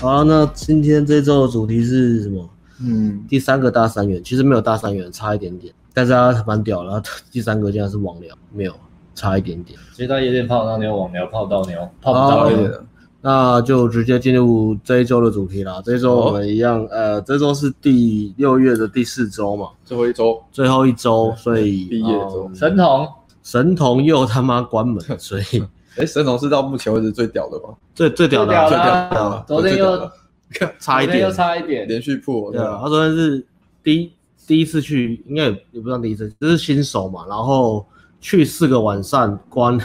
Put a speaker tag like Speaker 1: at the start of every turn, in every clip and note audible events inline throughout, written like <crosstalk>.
Speaker 1: 好，那今天这周的主题是什么？
Speaker 2: 嗯，
Speaker 1: 第三个大三元，其实没有大三元，差一点点，但是它蛮屌的。它第三个竟然是网聊，没有差一点点。
Speaker 3: 所以他有点泡到妞，网聊泡到妞，泡不
Speaker 1: 哦
Speaker 3: 到
Speaker 2: 对
Speaker 3: 妞。
Speaker 2: 的，
Speaker 1: 那就直接进入这一周的主题啦。这一周我们一样，呃，这周是第六月的第四周嘛，
Speaker 2: 最后一周
Speaker 1: 最后一周，所以
Speaker 2: 毕业周
Speaker 1: 嗯
Speaker 3: 神童，
Speaker 1: 神童又他妈关门，所 <laughs> 以
Speaker 2: 哎，神童是到目前为止最屌的吧？
Speaker 1: 最最屌的啊、
Speaker 3: 最
Speaker 2: 最
Speaker 3: 屌
Speaker 2: 屌
Speaker 1: 最
Speaker 3: 的啊
Speaker 1: 屌的
Speaker 2: 的
Speaker 1: 啊，
Speaker 3: 昨天
Speaker 2: 最屌
Speaker 3: 又
Speaker 2: 的
Speaker 1: 差一
Speaker 3: 昨天
Speaker 1: 点
Speaker 3: 又，差一点，
Speaker 2: 连续破，
Speaker 1: 对
Speaker 2: 对
Speaker 1: 啊，
Speaker 2: 吧
Speaker 1: 他昨天是第一第一次去，应该也也不算第一次，就是新手嘛，然后去四个晚上关，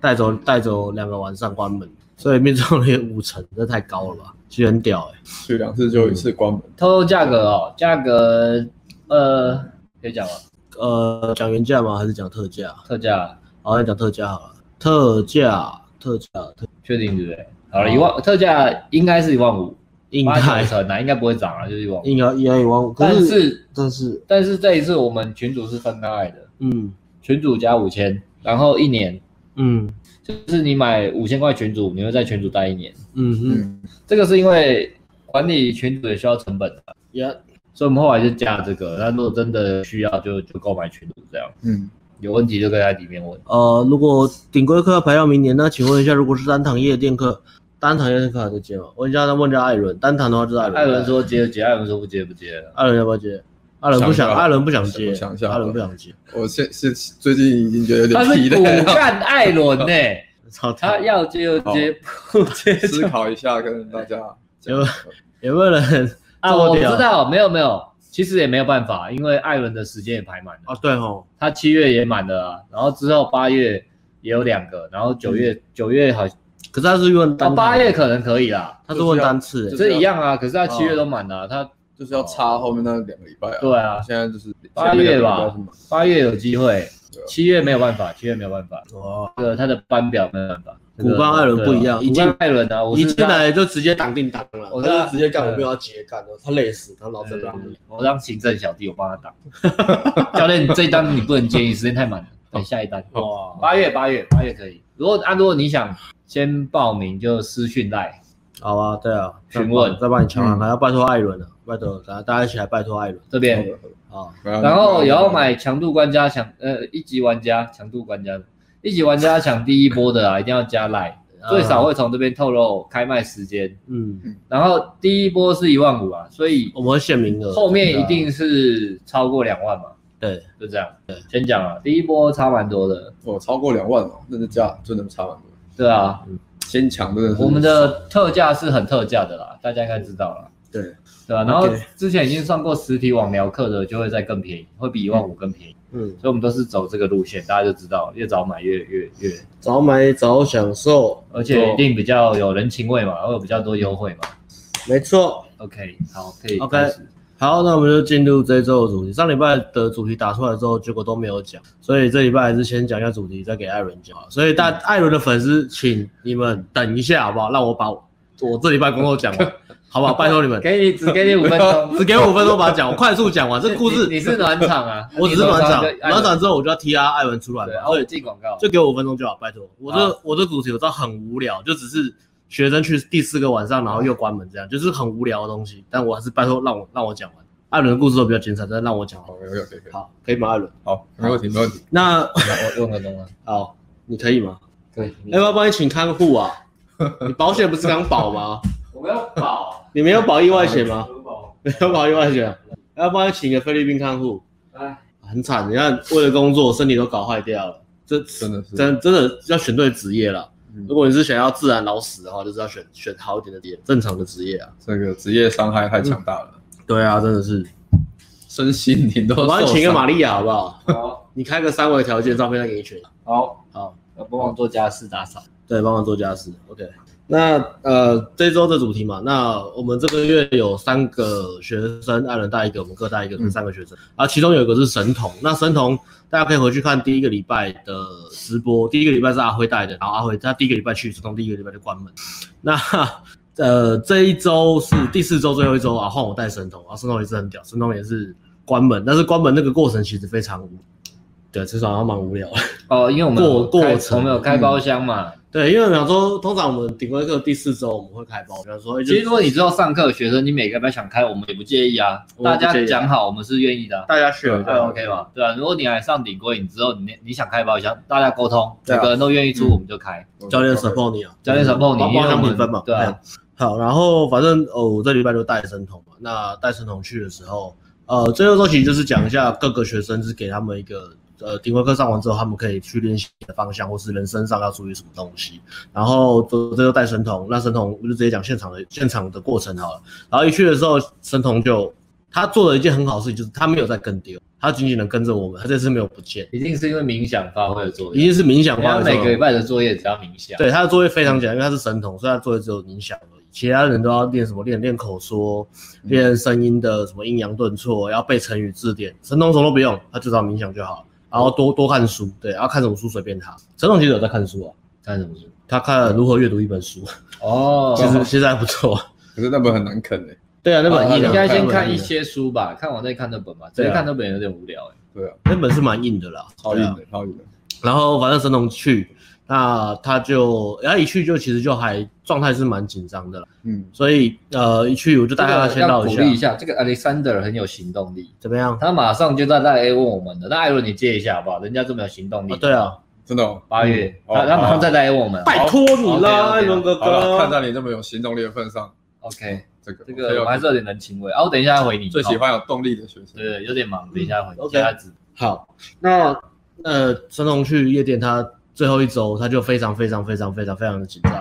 Speaker 1: 带走带走两个晚上关门，所以命中率五成，这太高了吧？其实很屌哎、
Speaker 2: 去两次就一次关门，
Speaker 3: 透露价格哦，价格呃可以讲吗？
Speaker 1: 呃，讲原价吗？还是讲特价？
Speaker 3: 特价
Speaker 1: 好像讲特价好了，特价特价特
Speaker 3: 确定对不对？好了，一万特价应该是一万五，
Speaker 1: 哦应
Speaker 3: 八
Speaker 1: 该
Speaker 3: 九成啊，应该不会涨啊，就是一万五。
Speaker 1: 应该应该一万五，可
Speaker 3: 但
Speaker 1: 是
Speaker 3: 是
Speaker 1: 但是
Speaker 3: 但是这一次我们群主是分开的，
Speaker 1: 嗯
Speaker 3: 群主加五千，然后一年
Speaker 1: 嗯
Speaker 3: 就是你买五千块群主，你会在群主待一年。
Speaker 1: 嗯哼
Speaker 2: 嗯，
Speaker 3: 这个是因为管理群主也需要成本的，
Speaker 1: 呀
Speaker 3: 所以我们后来就加这个。那如果真的需要就，就购买群主这样，
Speaker 2: 嗯，
Speaker 3: 有问题就可以在里面问。
Speaker 1: 呃，如果顶规课要排到明年，那请问一下，如果是单堂夜店课，单堂夜店课还在接吗？问一下，问一下艾伦，单堂的话就是艾伦。
Speaker 3: 艾伦，说接就接，艾伦说不接不接。
Speaker 1: 艾伦要不要接？艾伦不
Speaker 2: 想
Speaker 1: 想，
Speaker 2: 一下
Speaker 1: 艾伦不想接，
Speaker 2: 我想一下
Speaker 1: 艾伦不想接，
Speaker 2: 我现现最近已经觉得有
Speaker 3: 他
Speaker 2: 点
Speaker 3: 是
Speaker 2: 疲
Speaker 3: 骨
Speaker 2: 累了，
Speaker 3: 干艾伦呢、 <laughs>
Speaker 1: 操他
Speaker 3: 他！要接就接，哦不接
Speaker 2: 思
Speaker 3: <laughs> 就
Speaker 2: 考一下，跟大家讲
Speaker 1: 有有没有人 <laughs>
Speaker 3: 啊！我知
Speaker 1: 屌
Speaker 3: 道，没有没有，其实也没有办法，因为艾伦的时间也排满了，
Speaker 1: 啊？对吼，
Speaker 3: 他七月也满了啊，然后之后八月也有两个，然后九月九月好，
Speaker 1: 可是他是问
Speaker 3: 哦
Speaker 1: 单
Speaker 3: 嗯八
Speaker 1: 堂，
Speaker 3: 月可能可以啦，
Speaker 1: 他是问单次
Speaker 3: 只
Speaker 1: 欸，
Speaker 3: 是一样啊，可是他七月都满了啊，他
Speaker 2: 就是要插后面那两个礼拜啊，
Speaker 3: 对啊，
Speaker 2: 现在就是
Speaker 3: 八
Speaker 2: 前面
Speaker 3: 月吧
Speaker 2: 两个礼拜是吗
Speaker 3: 八月有机会
Speaker 2: 对啊，
Speaker 3: 七月没有办法，七月没有办法，
Speaker 1: 哦，
Speaker 3: 这个他的班表没有办法。
Speaker 1: 古巴艾伦不一样
Speaker 3: 对啊
Speaker 1: 一
Speaker 3: 古
Speaker 1: 进
Speaker 3: 巴艾伦啊，我
Speaker 1: 一
Speaker 3: 是
Speaker 1: 进
Speaker 3: 让
Speaker 1: 来就直接挡定挡了，
Speaker 3: 我
Speaker 1: 他
Speaker 3: 知道
Speaker 1: 就直接干，
Speaker 3: 嗯
Speaker 1: 我没有要接干的，他累死，他老子让你。
Speaker 3: 我让行政小弟我帮他打。教练，这一单你不能接，你时间太满了，等下一单。哦
Speaker 1: 哇
Speaker 3: 八月八月八月可以。如果啊，如果你想先报名，就私讯赖。
Speaker 1: 好啊，对啊，
Speaker 3: 询问
Speaker 1: 再帮你抢抢
Speaker 2: 嗯
Speaker 1: 看，要拜托艾伦啊，拜托，大家大家一起来拜托艾伦
Speaker 3: 这边，
Speaker 1: 啊。
Speaker 2: 然
Speaker 3: 然后也要买强度玩家强呃一级玩家强度玩家的，一级玩家抢第一波的啊，一定要加赖，
Speaker 1: 啊
Speaker 3: 最少会从这边透露开卖时间，
Speaker 1: 嗯，
Speaker 3: 然后第一波是一万五啊，所以
Speaker 1: 我们会限名额，
Speaker 3: 后面一定是超过两万嘛，
Speaker 1: 对，
Speaker 3: 就这样。先讲啊，第一波差蛮多的，
Speaker 2: 我超过两万哦，那这价真的差蛮多，
Speaker 3: 对啊，
Speaker 2: 先抢真的是
Speaker 3: 我们的特价是很特价的啦，大家应该知道啦，
Speaker 2: 对，
Speaker 3: 对啊吧、然后
Speaker 1: OK
Speaker 3: 之前已经上过实体网聊课的，就会再更便宜，会比一万五更便宜，
Speaker 1: 嗯，
Speaker 3: 所以我们都是走这个路线，大家就知道，越早买越越越，
Speaker 1: 早买早享受，
Speaker 3: 而且一定比较有人情味嘛，会有比较多优惠嘛。
Speaker 1: 没错。
Speaker 3: OK，好，可以
Speaker 1: OK
Speaker 3: 开始
Speaker 1: 好，那我们就进入这一周的主题。上礼拜的主题打出来之后，结果都没有讲，所以这礼拜还是先讲一下主题，再给艾伦讲好了。所以大艾伦的粉丝，请你们等一下好不好？让我把我我这礼拜工作讲 <laughs> 完，好不好？拜托你们，，
Speaker 3: 给你只给你五分钟
Speaker 1: 只给我五分钟把它讲，我快速讲 <laughs> 完这故
Speaker 3: 你你
Speaker 1: 事。，
Speaker 3: 是暖场啊
Speaker 1: 我只是暖场
Speaker 3: 你就，哎
Speaker 1: 暖场之后我就要踢啊艾伦出来嘛
Speaker 3: 对，，然后
Speaker 1: 所以
Speaker 3: 我进广告，
Speaker 1: 就给我五分钟就好，拜托。我这、
Speaker 3: 好
Speaker 1: 我这主题我知道很无聊，就只是学生去第四个晚上，然后又关门这样，就是很无聊的东西。但我还是拜托让我让我讲完。艾伦的故事都比较精彩，但让我讲好
Speaker 2: 好，
Speaker 1: 了。
Speaker 2: 可以可以可以，
Speaker 1: 好，可以吗？艾伦？
Speaker 2: 好，没问题没问题，
Speaker 1: 那
Speaker 3: 我用个钟啊，
Speaker 1: 好，你可以吗？哎
Speaker 3: 可以。
Speaker 1: 要不要帮你请看护啊？你保险不是刚保吗？
Speaker 3: 我们要保，
Speaker 1: 你没有保意外险吗？
Speaker 3: 我们保，
Speaker 1: 没有保意外险，啊要帮你请个菲律宾看护，
Speaker 3: 来。
Speaker 1: 很惨。你看，为了工作，身体都搞坏掉了，这
Speaker 2: 真的是
Speaker 1: 真真的要选对职业了。
Speaker 2: 嗯
Speaker 1: 如果你是想要自然老死的话，就是要选选好一点的职业，正常的职业啊。
Speaker 2: 这个职业伤害太强大了，
Speaker 1: 对啊，真的是。
Speaker 2: 身心灵都
Speaker 1: 我帮
Speaker 2: 受
Speaker 1: 你请个
Speaker 2: 伤
Speaker 1: 玛利亚好不好？
Speaker 3: 好，
Speaker 1: 你开个三维条件照片再给你选。
Speaker 3: 好，
Speaker 1: 好，
Speaker 3: 我帮忙做家事打扫。
Speaker 1: 对，帮忙做家事。OK，那呃这周的主题嘛，那我们这个月有三个学生，艾伦带一个，我们各带一个，
Speaker 2: 嗯
Speaker 1: 三个学生啊，其中有一个是神童。那神童大家可以回去看第一个礼拜的直播，第一个礼拜是阿辉带的，然后阿辉他第一个礼拜去，神童第一个礼拜就关门。那呃这一周是第四周最后一周啊，换我带神童啊，神童也是很屌，神童也是关门，但是关门那个过程其实非常无，对，至少好像蛮无聊的。
Speaker 3: 哦，因为我们有
Speaker 1: 过
Speaker 3: 开
Speaker 1: 过程
Speaker 3: 我们有开包厢嘛，
Speaker 1: 对，因为比方说，通常我们顶规课第四周我们会开包，比方说，哎就
Speaker 3: 其实如果你之后上课有学生，你每个礼拜想开，我们也不介意啊。
Speaker 1: 我
Speaker 3: 大
Speaker 1: 们不介意啊
Speaker 3: 家讲好，我们是愿意的啊、
Speaker 1: 大家去了，
Speaker 2: 对
Speaker 3: 那 OK 吧？对啊，如果你来上顶规，你之后你你想开包厢，大家沟通，
Speaker 1: 对啊
Speaker 3: 每个人都愿意出，
Speaker 2: 嗯
Speaker 3: 我们就开。
Speaker 1: 教练 support 你啊，
Speaker 3: 教练 support 你
Speaker 1: 帮
Speaker 3: 因为
Speaker 1: 帮他
Speaker 3: 我们
Speaker 1: 评分嘛，
Speaker 3: 对啊
Speaker 1: 嗯。好，然后反正哦，我这礼拜就带生童嘛。那带生童去的时候，呃，最后周期就是讲一下各个学生是给他们一个呃顶规课上完之后，他们可以去练习的方向，或是人生上要注意什么东西。然后最最后带生童，那生童我就直接讲现场的现场的过程好了。然后一去的时候，生童就他做了一件很好的事情，就是他没有在跟丢，他仅仅能跟着我们，他这次没有不见，
Speaker 3: 一定是因为冥想发挥的作
Speaker 1: 一
Speaker 3: 用。
Speaker 1: 定是冥想
Speaker 3: 你
Speaker 1: 发挥
Speaker 3: 看每
Speaker 1: 作
Speaker 3: 个礼
Speaker 1: 用。
Speaker 3: 拜的作业只要冥想，
Speaker 1: 对，他的作业非常简单，因为他是神童，所以他作业只有冥想而已。其他人都要练什么？练练口说，
Speaker 3: 嗯
Speaker 1: 练声音的什么阴阳顿挫，要背成语字典。神童什么都不用，他至少冥想就好了。然后多多看书，对，然后看什么书随便他。神童其实有在看书啊，
Speaker 3: 看什么书？
Speaker 1: 他看了如何阅读一本书，
Speaker 3: 哦，
Speaker 1: 其实其实还不
Speaker 3: <laughs>
Speaker 1: 错。
Speaker 2: 可是那本很难啃欸诶。
Speaker 1: 对啊，那本
Speaker 3: 哦
Speaker 1: 硬的，
Speaker 3: 应该先
Speaker 1: 那本
Speaker 3: 看
Speaker 1: 硬
Speaker 3: 一
Speaker 1: 的，
Speaker 3: 些书吧，看完再看那本吧。直
Speaker 1: 对啊
Speaker 3: 接看那本有点无聊哎。
Speaker 2: 对啊，
Speaker 1: 那本是蛮硬的啦，
Speaker 2: 超
Speaker 1: 对
Speaker 2: 硬
Speaker 1: 啊
Speaker 2: 的，超硬的。
Speaker 1: 然后反正神农去，那他就他一去就其实就还状态是蛮紧张的啦，
Speaker 2: 嗯，
Speaker 1: 所以呃一去我就大概
Speaker 3: 这
Speaker 1: 先
Speaker 3: 个
Speaker 1: 到
Speaker 3: 要
Speaker 1: 一
Speaker 3: 鼓
Speaker 1: 下，
Speaker 3: 励一下，这个 Alexander 很有行动力，
Speaker 1: 怎么样？
Speaker 3: 他马上就在那 A 问我们的。那艾伦你接一下好不好？人家这么有行动力
Speaker 1: 啊，。对啊，
Speaker 2: 真的哦。
Speaker 3: 八月，
Speaker 2: 嗯
Speaker 3: 他
Speaker 2: 哦
Speaker 3: 他马上再来 A 问我们。
Speaker 1: 拜托你啦，
Speaker 3: 好
Speaker 1: 艾伦哥
Speaker 2: 好了，看
Speaker 1: 哥。
Speaker 2: 在你这么有行动力的份上，
Speaker 3: OK，
Speaker 2: 这个
Speaker 3: 这
Speaker 2: 我
Speaker 3: 个
Speaker 2: 要
Speaker 3: 我还是有点人情味啊。我等一下回你。
Speaker 2: 最喜
Speaker 3: 哦。
Speaker 2: 欢有动力的学生。
Speaker 3: 对，有点忙，等一下回你。
Speaker 1: OK
Speaker 3: 加子
Speaker 1: 好，那呃，陈龙去夜店，他最后一周他就非常非常非常非常非常的紧张，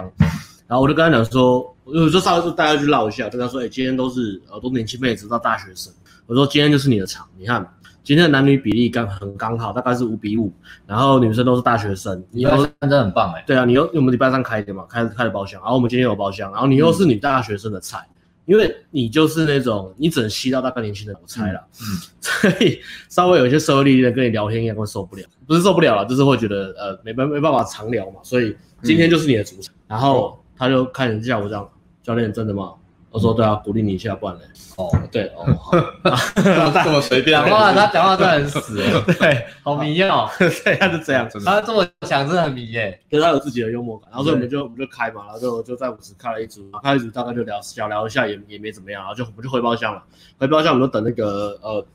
Speaker 1: 然后我就跟他讲说，我就上一次带他去唠一下，跟他说，哎、今天都是呃都年轻妹子到大学生，我说今天就是你的场，你看。今天的男女比例刚很刚好，大概是五比五，然后女生都是大学生，你
Speaker 3: 你要
Speaker 1: 又
Speaker 3: 真的很棒哎。
Speaker 1: 对啊，你又我们礼拜三开的嘛，开开的包厢，然后我们今天有包厢，然后你又是女大学生的菜，因为你就是那种你只能吸到大概年轻人的菜啦，
Speaker 3: 嗯嗯
Speaker 1: <laughs> 所以稍微有一些社会历练的跟你聊天应该会受不了，不是受不了了，就是会觉得呃没办没办法常聊嘛，所以今天就是你的主场，然后他就看人下我这样，教练真的吗？我说对啊，鼓励你一下，不然嘞，
Speaker 3: 哦，
Speaker 1: 对哦，好，
Speaker 2: <laughs> 这么随便
Speaker 3: 讲
Speaker 2: 的
Speaker 3: 话
Speaker 2: 人，
Speaker 3: 他讲话真的很死
Speaker 1: <laughs>
Speaker 3: 哎，
Speaker 1: 对 <laughs>
Speaker 3: 好迷哦。
Speaker 1: 对，他是这样，
Speaker 2: 真
Speaker 3: 他
Speaker 2: 的
Speaker 3: 这么想真的很迷耶。
Speaker 1: 可是他有自己的幽默感，然后所以我们就我们就开嘛，然后就就在舞池开了一组，开了一组大概就聊小聊一下也也没怎么样，然后就我们就回包厢了，回包厢我们就等那个呃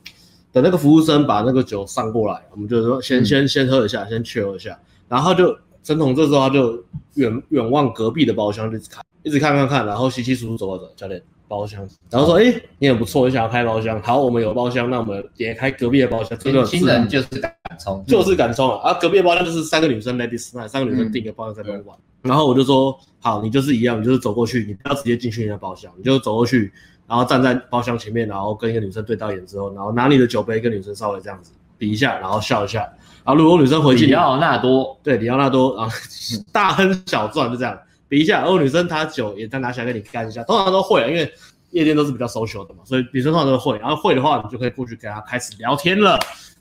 Speaker 1: 等那个服务生把那个酒上过来，我们就说先
Speaker 2: 嗯
Speaker 1: 先先喝一下，先 chill 一下，然后就陈统这时候他就远远望隔壁的包厢就一直看，一直看看看，然后稀稀疏疏走走走，教练。包厢，然后说，哎、你很不错，你想要开包厢，好，我们有包厢，那我们也开隔壁的包厢，这个
Speaker 3: 年
Speaker 1: 很自
Speaker 3: 轻
Speaker 1: 然
Speaker 3: 人就是敢冲，
Speaker 1: 就是敢冲了啊！隔壁的包厢就是三个女生 ladies night，三个女生订一个包厢在那边玩。然后我就说，好，你就是一样，你就是走过去，你不要直接进去人家包厢，你就走过去，然后站在包厢前面，然后跟一个女生对到眼之后，然后拿你的酒杯跟女生稍微这样子比一下，然后笑一下。然后如果女生回敬
Speaker 3: 里
Speaker 1: 你，
Speaker 3: 奥纳多。
Speaker 1: 对里奥纳多啊， <laughs> 大亨小赚就这样比一下。然后女生她酒也再拿起来跟你干一下，通常都会啊，因为夜店都是比较 social 的嘛，所以女生通常都会。然后会的话，你就可以过去跟她开始聊天了。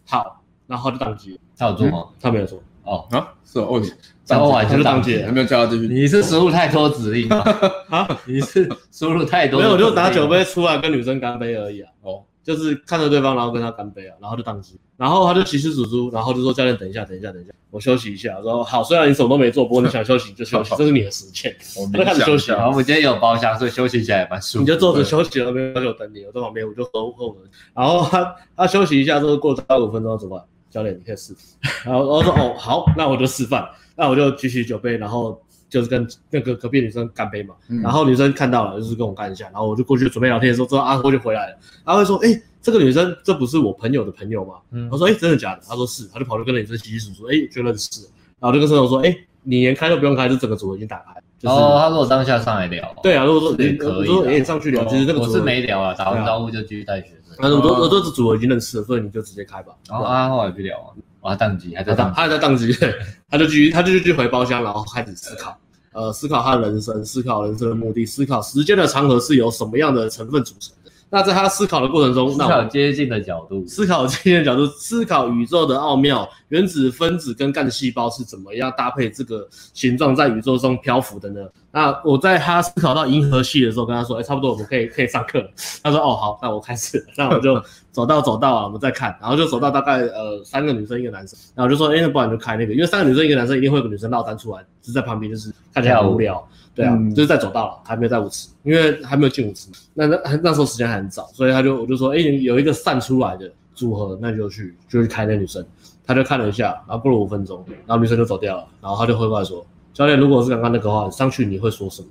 Speaker 1: 好，然后就宕机了，
Speaker 3: 他有做吗？
Speaker 1: 她没有说。
Speaker 3: 哦，
Speaker 2: 啊，是哦，哦你
Speaker 3: 稍晚就当
Speaker 2: 你还没有叫他继续？
Speaker 3: 你是输入太多指令吗？
Speaker 1: <laughs> 啊，
Speaker 3: 你是输入太多？
Speaker 1: 没有，我就拿酒。杯啊出来跟女生干杯而已啊，
Speaker 2: 哦，
Speaker 1: 就是看着对方，然后跟她干杯啊，然后就宕机，然后他就洗洗簌簌，然后就说教练等一下，等一下，等一下，我休息一下。我说好，虽然你什么都没 <laughs> 做，不过你想休息就休息，这是你的时 <laughs> 间，
Speaker 2: 我
Speaker 1: 那开始休息
Speaker 3: 然
Speaker 1: 啊
Speaker 3: 后我们今天有包厢，所以休息起来也蛮舒服。
Speaker 1: 你就坐着休息了，没有就等你，我在旁边我就喝喝我的，然后他他休息一下之后，过大概五分钟怎么办？教练你可以 <laughs> 示范，然后我说哦好，那我就示范，那我就举起酒杯，然后就是跟那个隔壁女生干杯嘛。
Speaker 2: 嗯
Speaker 3: 嗯
Speaker 1: 然后女生看到了，就是跟我干一下，然后我就过去准备聊天的时候，之后阿辉就回来了。阿辉说：“哎、这个女生这不是我朋友的朋友吗？”
Speaker 3: 嗯
Speaker 1: 我说：“哎、真的假的？”他说：“是。”他就跑去跟那女生洗洗簌簌，哎、就认识了。然后就跟社长说：“哎、你连开都不用开，就整个组合已经打开。”就是、
Speaker 3: 哦，他说我当下上来聊。
Speaker 1: 对啊，如果说
Speaker 3: 也
Speaker 1: 你
Speaker 3: 可以啊
Speaker 1: 我说哎、你上去聊，其实那个
Speaker 3: 我
Speaker 1: 组合
Speaker 3: 是没聊啊，打完招呼就继续带学生。
Speaker 1: 啊，我都我都是组合已经认识了，所以你就直接开吧。
Speaker 3: 然后阿浩也不聊啊，哇，宕机还在
Speaker 1: 他
Speaker 3: 宕
Speaker 1: 当
Speaker 3: 机。
Speaker 1: 他在当机，对他就继续他就继续回包厢，然后开始思考，呃，思考他的人生，思考人生的目的，思考时间的长河是由什么样的成分组成的。那在他思考的过程中，
Speaker 3: 至
Speaker 1: 那
Speaker 3: 少
Speaker 1: 我
Speaker 3: 有接近的角度，
Speaker 1: 思考经验角度，思考宇宙的奥妙，原子、分子跟干细胞是怎么样搭配这个形状在宇宙中漂浮的呢？那我在他思考到银河系的时候，跟他说，哎、差不多我们可以可以上课了。他说，哦，好，那我开始了， <laughs> 那我就走到走到啊，我们再看，然后就走到大概呃三个女生一个男生，然后我就说，哎、那不然就开那个，因为三个女生一个男生一定会有个女生落单出来，就在旁边就是看起来很无聊，对啊，
Speaker 2: 嗯
Speaker 1: 就是在走道了，还没有在舞池，因为还没有进舞池嘛。那那那时候时间还很早，所以他就我就说，哎、有一个散出来的组合，那就去就去开那女生。他就看了一下，然后过了五分钟，然后女生就走掉了，然后他就会过来说：“教练，如果是刚刚那个话，你上去你会说什么？”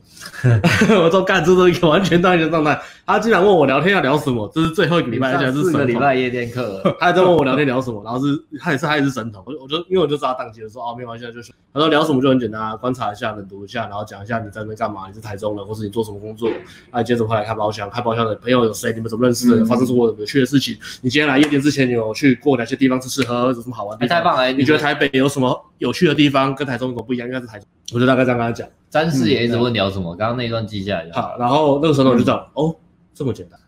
Speaker 3: <laughs>
Speaker 1: 我说：“干，这是一个完全当一个状态。”他竟然问我聊天要聊什么，这是最后一个礼拜，而且还
Speaker 3: 上
Speaker 1: 是
Speaker 3: 四
Speaker 1: 神
Speaker 3: 个礼
Speaker 1: 童
Speaker 3: 拜夜店课了，
Speaker 1: <laughs> 他还在问我聊天聊什么，然后是他也是他也是神童，我就我就因为我就知道他宕机了，说哦没关系，就是他说聊什么就很简单啊，观察一下，冷读一下，然后讲一下你在那边干嘛，你是台中人，或是你做什么工作，啊，接着回来看包厢，看包厢的朋友有谁，你们怎么认识的，
Speaker 3: 嗯
Speaker 1: 有发生过什么有趣的事情，你今天来夜店之前你有去过哪些地方吃吃喝喝，有什么好玩的
Speaker 3: <laughs> 哎
Speaker 1: 地方？
Speaker 3: 太棒了！
Speaker 1: <laughs> 你觉得台北有什么有趣的地方跟台中有什么不一样？应该是台中，我就大概这样跟他讲。
Speaker 3: 詹士也一直问聊什么？刚刚那一段记下来就
Speaker 1: 嗯
Speaker 3: 好，
Speaker 1: 好，然后那个神童就讲、哦这么简单。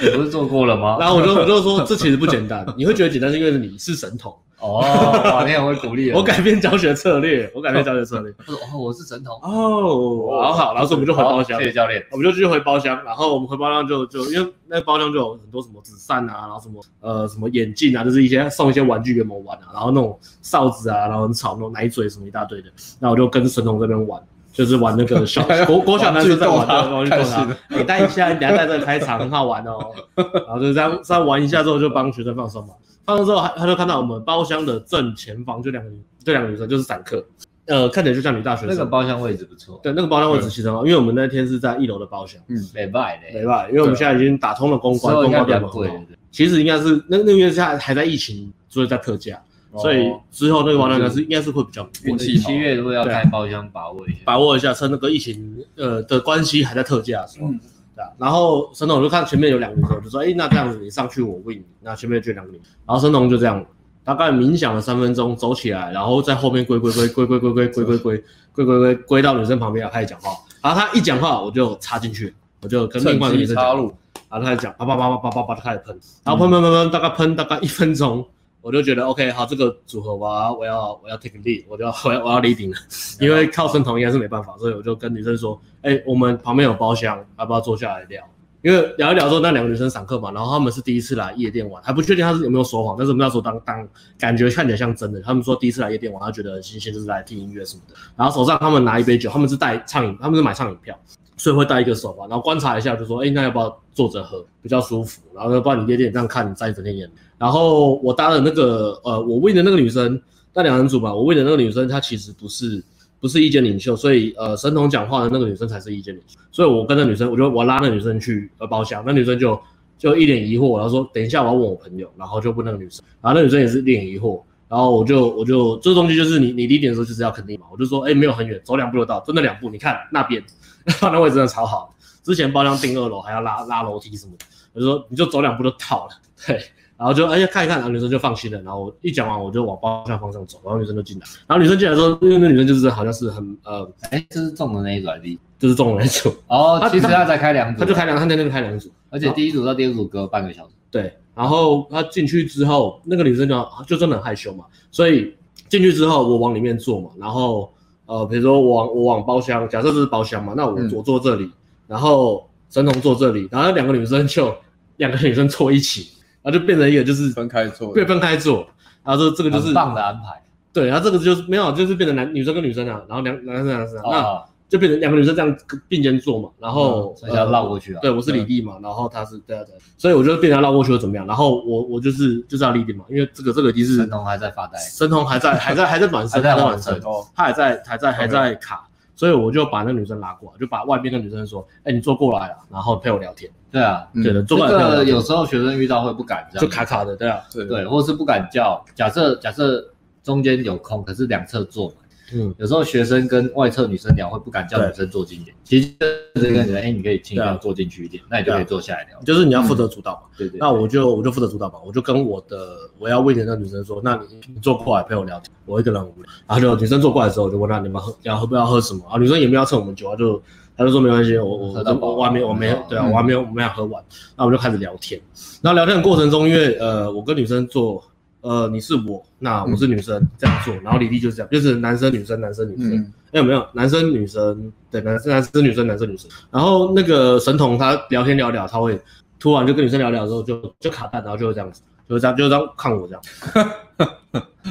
Speaker 3: 你不是做过了吗？
Speaker 1: 然后我就我就说这其实不简单，你会觉得简单是因为你是神童，
Speaker 3: 哦，哇你很会鼓励
Speaker 1: <laughs>
Speaker 3: 人
Speaker 1: 我改变教学策略，我改变教学策略。
Speaker 3: 他说哦，我是神童，
Speaker 1: 哦，好好，然后 <laughs> 所以我们就回包厢
Speaker 3: 好谢，谢教练。
Speaker 1: 我们就继续回包厢，然后我们回包厢就就因为那个包厢就有很多什么纸扇啊，然后什么呃什么眼镜啊，就是一些送一些玩具给我们玩啊，然后那种哨子啊，然后很吵那种奶嘴什么一大堆的，那我就跟神童这边玩。就是玩那个
Speaker 3: <laughs>
Speaker 1: 小国国小男生在玩的
Speaker 2: 玩
Speaker 1: 玩
Speaker 2: 具
Speaker 1: 具
Speaker 2: 斗
Speaker 1: 斗
Speaker 2: 塔
Speaker 1: 塔，你哎带一下，你等下带这个开场，很好玩哦。然后就这样这样玩一下之后，就帮学生放松嘛。放松之后，他他就看到我们包厢的正前方就两个女，就两个女生就是散客，呃，看起来就像女大学生。
Speaker 3: 那个包厢位置不错，
Speaker 1: 对，那个包厢位置其实很好，因为我们那天是在一楼的包厢，
Speaker 3: 美败嘞，
Speaker 1: 没办法，因为我们现在已经打通了公关，
Speaker 3: 之后
Speaker 1: 公
Speaker 3: 啊应该
Speaker 1: 关
Speaker 3: 比
Speaker 1: 比
Speaker 3: 较
Speaker 1: 较
Speaker 3: 贵
Speaker 1: 贵。。其实应该是那那个现在还在疫情，所以在特价，所以之后那个包厢应该是应该是会比较贵
Speaker 2: 哦运
Speaker 3: 对
Speaker 2: 气好
Speaker 3: 七月如果要开包厢，把握一下。
Speaker 1: 把握一下，趁那个疫情呃的关系还在特价的时候。
Speaker 2: 嗯
Speaker 1: 对啊，然后沈总就看前面有两个女生，我就说，哎，那这样子你上去我喂你，那前面就两个女生，然后沈总就这样，大概冥想了三分钟，走起来，然后在后面归归归归归归归归归归归归归归到女生旁边要开始讲话，然后他一讲话我就插进去，我就跟另外一个女生
Speaker 2: 插
Speaker 1: 讲，
Speaker 2: 入，嗯
Speaker 1: 然后他就讲叭叭叭叭叭叭叭就开始喷，然后喷喷喷喷，大概喷大概一分钟。我就觉得 OK，好，这个组合我要我要我要 take lead，我就要我要我要 leading 了，
Speaker 2: 嗯
Speaker 1: 因为靠生酮应该是没办法，所以我就跟女生说，哎、我们旁边有包厢，要不要坐下来聊？因为聊一聊之后，那两个女生上课嘛，然后她们是第一次来夜店玩，还不确定她是有没有说谎，但是我们那时候当当感觉看起来像真的，她们说第一次来夜店玩，她觉得很新鲜，就是来听音乐什么的。然后手上她们拿一杯酒，她们是带畅饮，她们是买畅饮票，所以会带一个手环，然后观察一下，就说，哎、那要不要坐着喝比较舒服？然后要不然你夜店这样看，你站一整天也然后我搭的那个呃，我喂的那个女生，那两人组嘛，我喂的那个女生，她其实不是不是意见领袖，所以呃，神童讲话的那个女生才是意见领袖。所以我跟那女生，我就我拉那女生去呃包厢，那女生就就一脸疑惑，然后说等一下我要问我朋友，然后就问那个女生，然后那女生也是一脸疑惑。然后我就我就这东西就是你你离点的时候就是要肯定嘛，我就说哎没有很远，走两步就到，真的两步，你看那边， <laughs> 那位置真的超好，之前包厢订二楼还要拉拉楼梯什么的，我就说你就走两步就到了，对，然后就哎呀看一看，然后女生就放心了。然后我一讲完，我就往包厢方向走，然后女生就进来。然后女生进来之后，因为那女生就是好像是很呃，
Speaker 3: 哎，这是中的那一组还是第一组？
Speaker 1: 就是中了那种，
Speaker 3: 哦，
Speaker 1: 他
Speaker 3: 其实他才开两组，
Speaker 1: 她就开两，她在那边开两组，
Speaker 3: 而且第一组到第二组隔半个小时。
Speaker 1: 对。然后她进去之后，那个女生就啊就真的很害羞嘛，所以进去之后我往里面坐嘛，然后呃，比如说我往我往包厢，假设这是包厢嘛，那我
Speaker 2: 嗯
Speaker 1: 我坐这里，然后神童坐这里，然后两个女生就两个女生坐一起，然后就变成一个就是
Speaker 2: 分开做
Speaker 1: 被
Speaker 2: 的，
Speaker 1: 分开坐，然后这这个就是
Speaker 3: 很棒的安排。
Speaker 1: 对，然后这个就是没有，就是变成男女生跟女生啊，然后两男生男生啊，那
Speaker 3: 哦，
Speaker 1: 就变成两个女生这样并肩坐嘛，然后、
Speaker 3: 所以要绕过去啊
Speaker 1: 呃。对，我是李丽嘛，然后他是对啊对啊，所以我就变成绕过去又怎么样？然后我我就是就是要李丽嘛，因为这个这个已经是
Speaker 3: 神童还在发呆，
Speaker 1: 神童还在还在还在暖身，
Speaker 3: 还在暖
Speaker 1: 暖
Speaker 3: 身
Speaker 1: 身，
Speaker 2: 哦，
Speaker 1: 他还在还在还在卡，所以我就把那女生拉过来，就把外面的女生说，哎，你坐过来啊，然后陪我聊天，
Speaker 3: 对啊，
Speaker 2: 嗯
Speaker 1: 对的，
Speaker 3: 这
Speaker 1: 坐过来陪我
Speaker 3: 个
Speaker 1: 聊天
Speaker 3: 有时候学生遇到会不敢这样，
Speaker 1: 就卡卡的，对啊，
Speaker 2: 对
Speaker 3: 对，或是不敢叫。假设假设中间有空，可是两侧坐满，
Speaker 1: 嗯，
Speaker 3: 有时候学生跟外侧女生聊会不敢叫女生坐进去，其实就是跟你说，哎、你可以尽
Speaker 1: 啊
Speaker 3: 量坐进去一点，那你就可以坐下来聊。
Speaker 1: 就是你要负责主导嘛。
Speaker 3: 对对
Speaker 1: 啊那我就我就负责主导嘛，我就跟我的我要喂的那女生说，那你你坐过来陪我聊天，我一个人很无聊。然后就女生坐过来的时候，我就问她你们喝要喝不要喝什么啊？女生也没有要蹭我们酒，她就她就说没关系，我我
Speaker 3: 喝到
Speaker 1: 我
Speaker 3: 饱
Speaker 1: 我还没我没
Speaker 3: 嗯
Speaker 1: 对啊，我还没有我没有喝完。那我们就开始聊天，然后聊天的过程中，因为呃我跟女生坐呃，你是我，那我是女生，这样做，然后履历就是这样，就是男生女生男生女生，
Speaker 2: 嗯，
Speaker 1: 没有没有，男生女生，对，男生男生女生男生女生。然后那个神童他聊天聊聊，他会突然就跟女生聊聊之后就就卡蛋，然后就会这样子，就会这样就这样看我这样。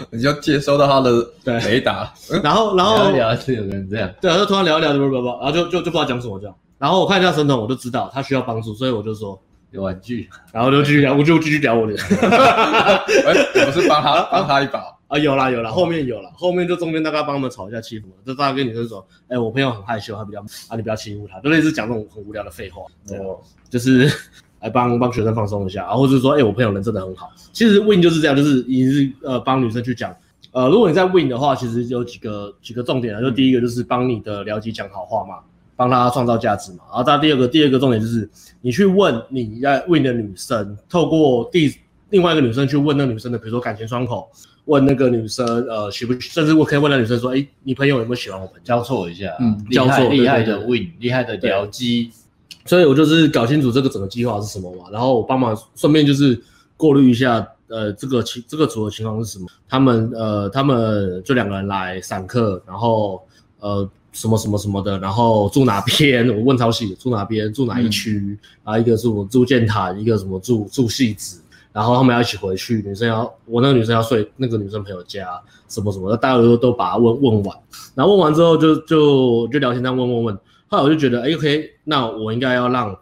Speaker 2: 你就接收到他的
Speaker 1: 对，
Speaker 2: 雷达，嗯
Speaker 1: 然后然
Speaker 3: 聊
Speaker 1: 后
Speaker 3: 一聊就有人这样，
Speaker 1: 对，他就突然聊一聊，就叭叭叭，然后就就就不知道讲什么这样。然后我看一下神童，我就知道他需要帮助，所以我就说，
Speaker 3: 有玩具，
Speaker 1: 然后就继续聊，我就继续聊我的。
Speaker 2: 哎，我是帮他帮他一把，
Speaker 1: 啊，有啦有啦，后面有啦，后面就中间大概帮他们吵一下欺负我，就大概跟女生说，哎、我朋友很害羞，他比较啊，你不要欺负他，就类似讲这种很无聊的废话，对啊，就是 <laughs> 来帮帮学生放松一下，然后就是说，哎、我朋友人真的很好。其实 win 就是这样，就是已经是呃帮女生去讲，呃，如果你在 win 的话，其实有几个几个重点啊，就第一个就是帮你的了解讲好话嘛，帮她创造价值嘛，然后大第二个第二个重点就是你去问你要 win 的女生，透过第另外一个女生去问那女生的，比如说感情窗口。问那个女生，呃，喜不，甚至我可以问那女生说，哎，你朋友有没有喜欢我朋友？
Speaker 3: 交错一下，
Speaker 2: 嗯
Speaker 3: 厉害
Speaker 1: 交错
Speaker 3: 厉害
Speaker 1: 对
Speaker 3: 的
Speaker 1: 对
Speaker 3: win，厉害的僚机，
Speaker 1: 所以我就是搞清楚这个整个计划是什么嘛，然后我帮忙顺便就是过滤一下，呃，这个情这个组的情况是什么？他们呃，他们就两个人来散客，然后呃，什么什么什么的，然后住哪边？ <laughs> 我问超细，住哪边？住哪一区？然后一个是我住建潭，一个什么住住戏子。然后他们要一起回去，女生要我那个女生要睡那个女生朋友家，什么什么的，大家都都把她问问完，然后问完之后就就就聊天，这样问问问，后来我就觉得，哎，OK，那我应该要让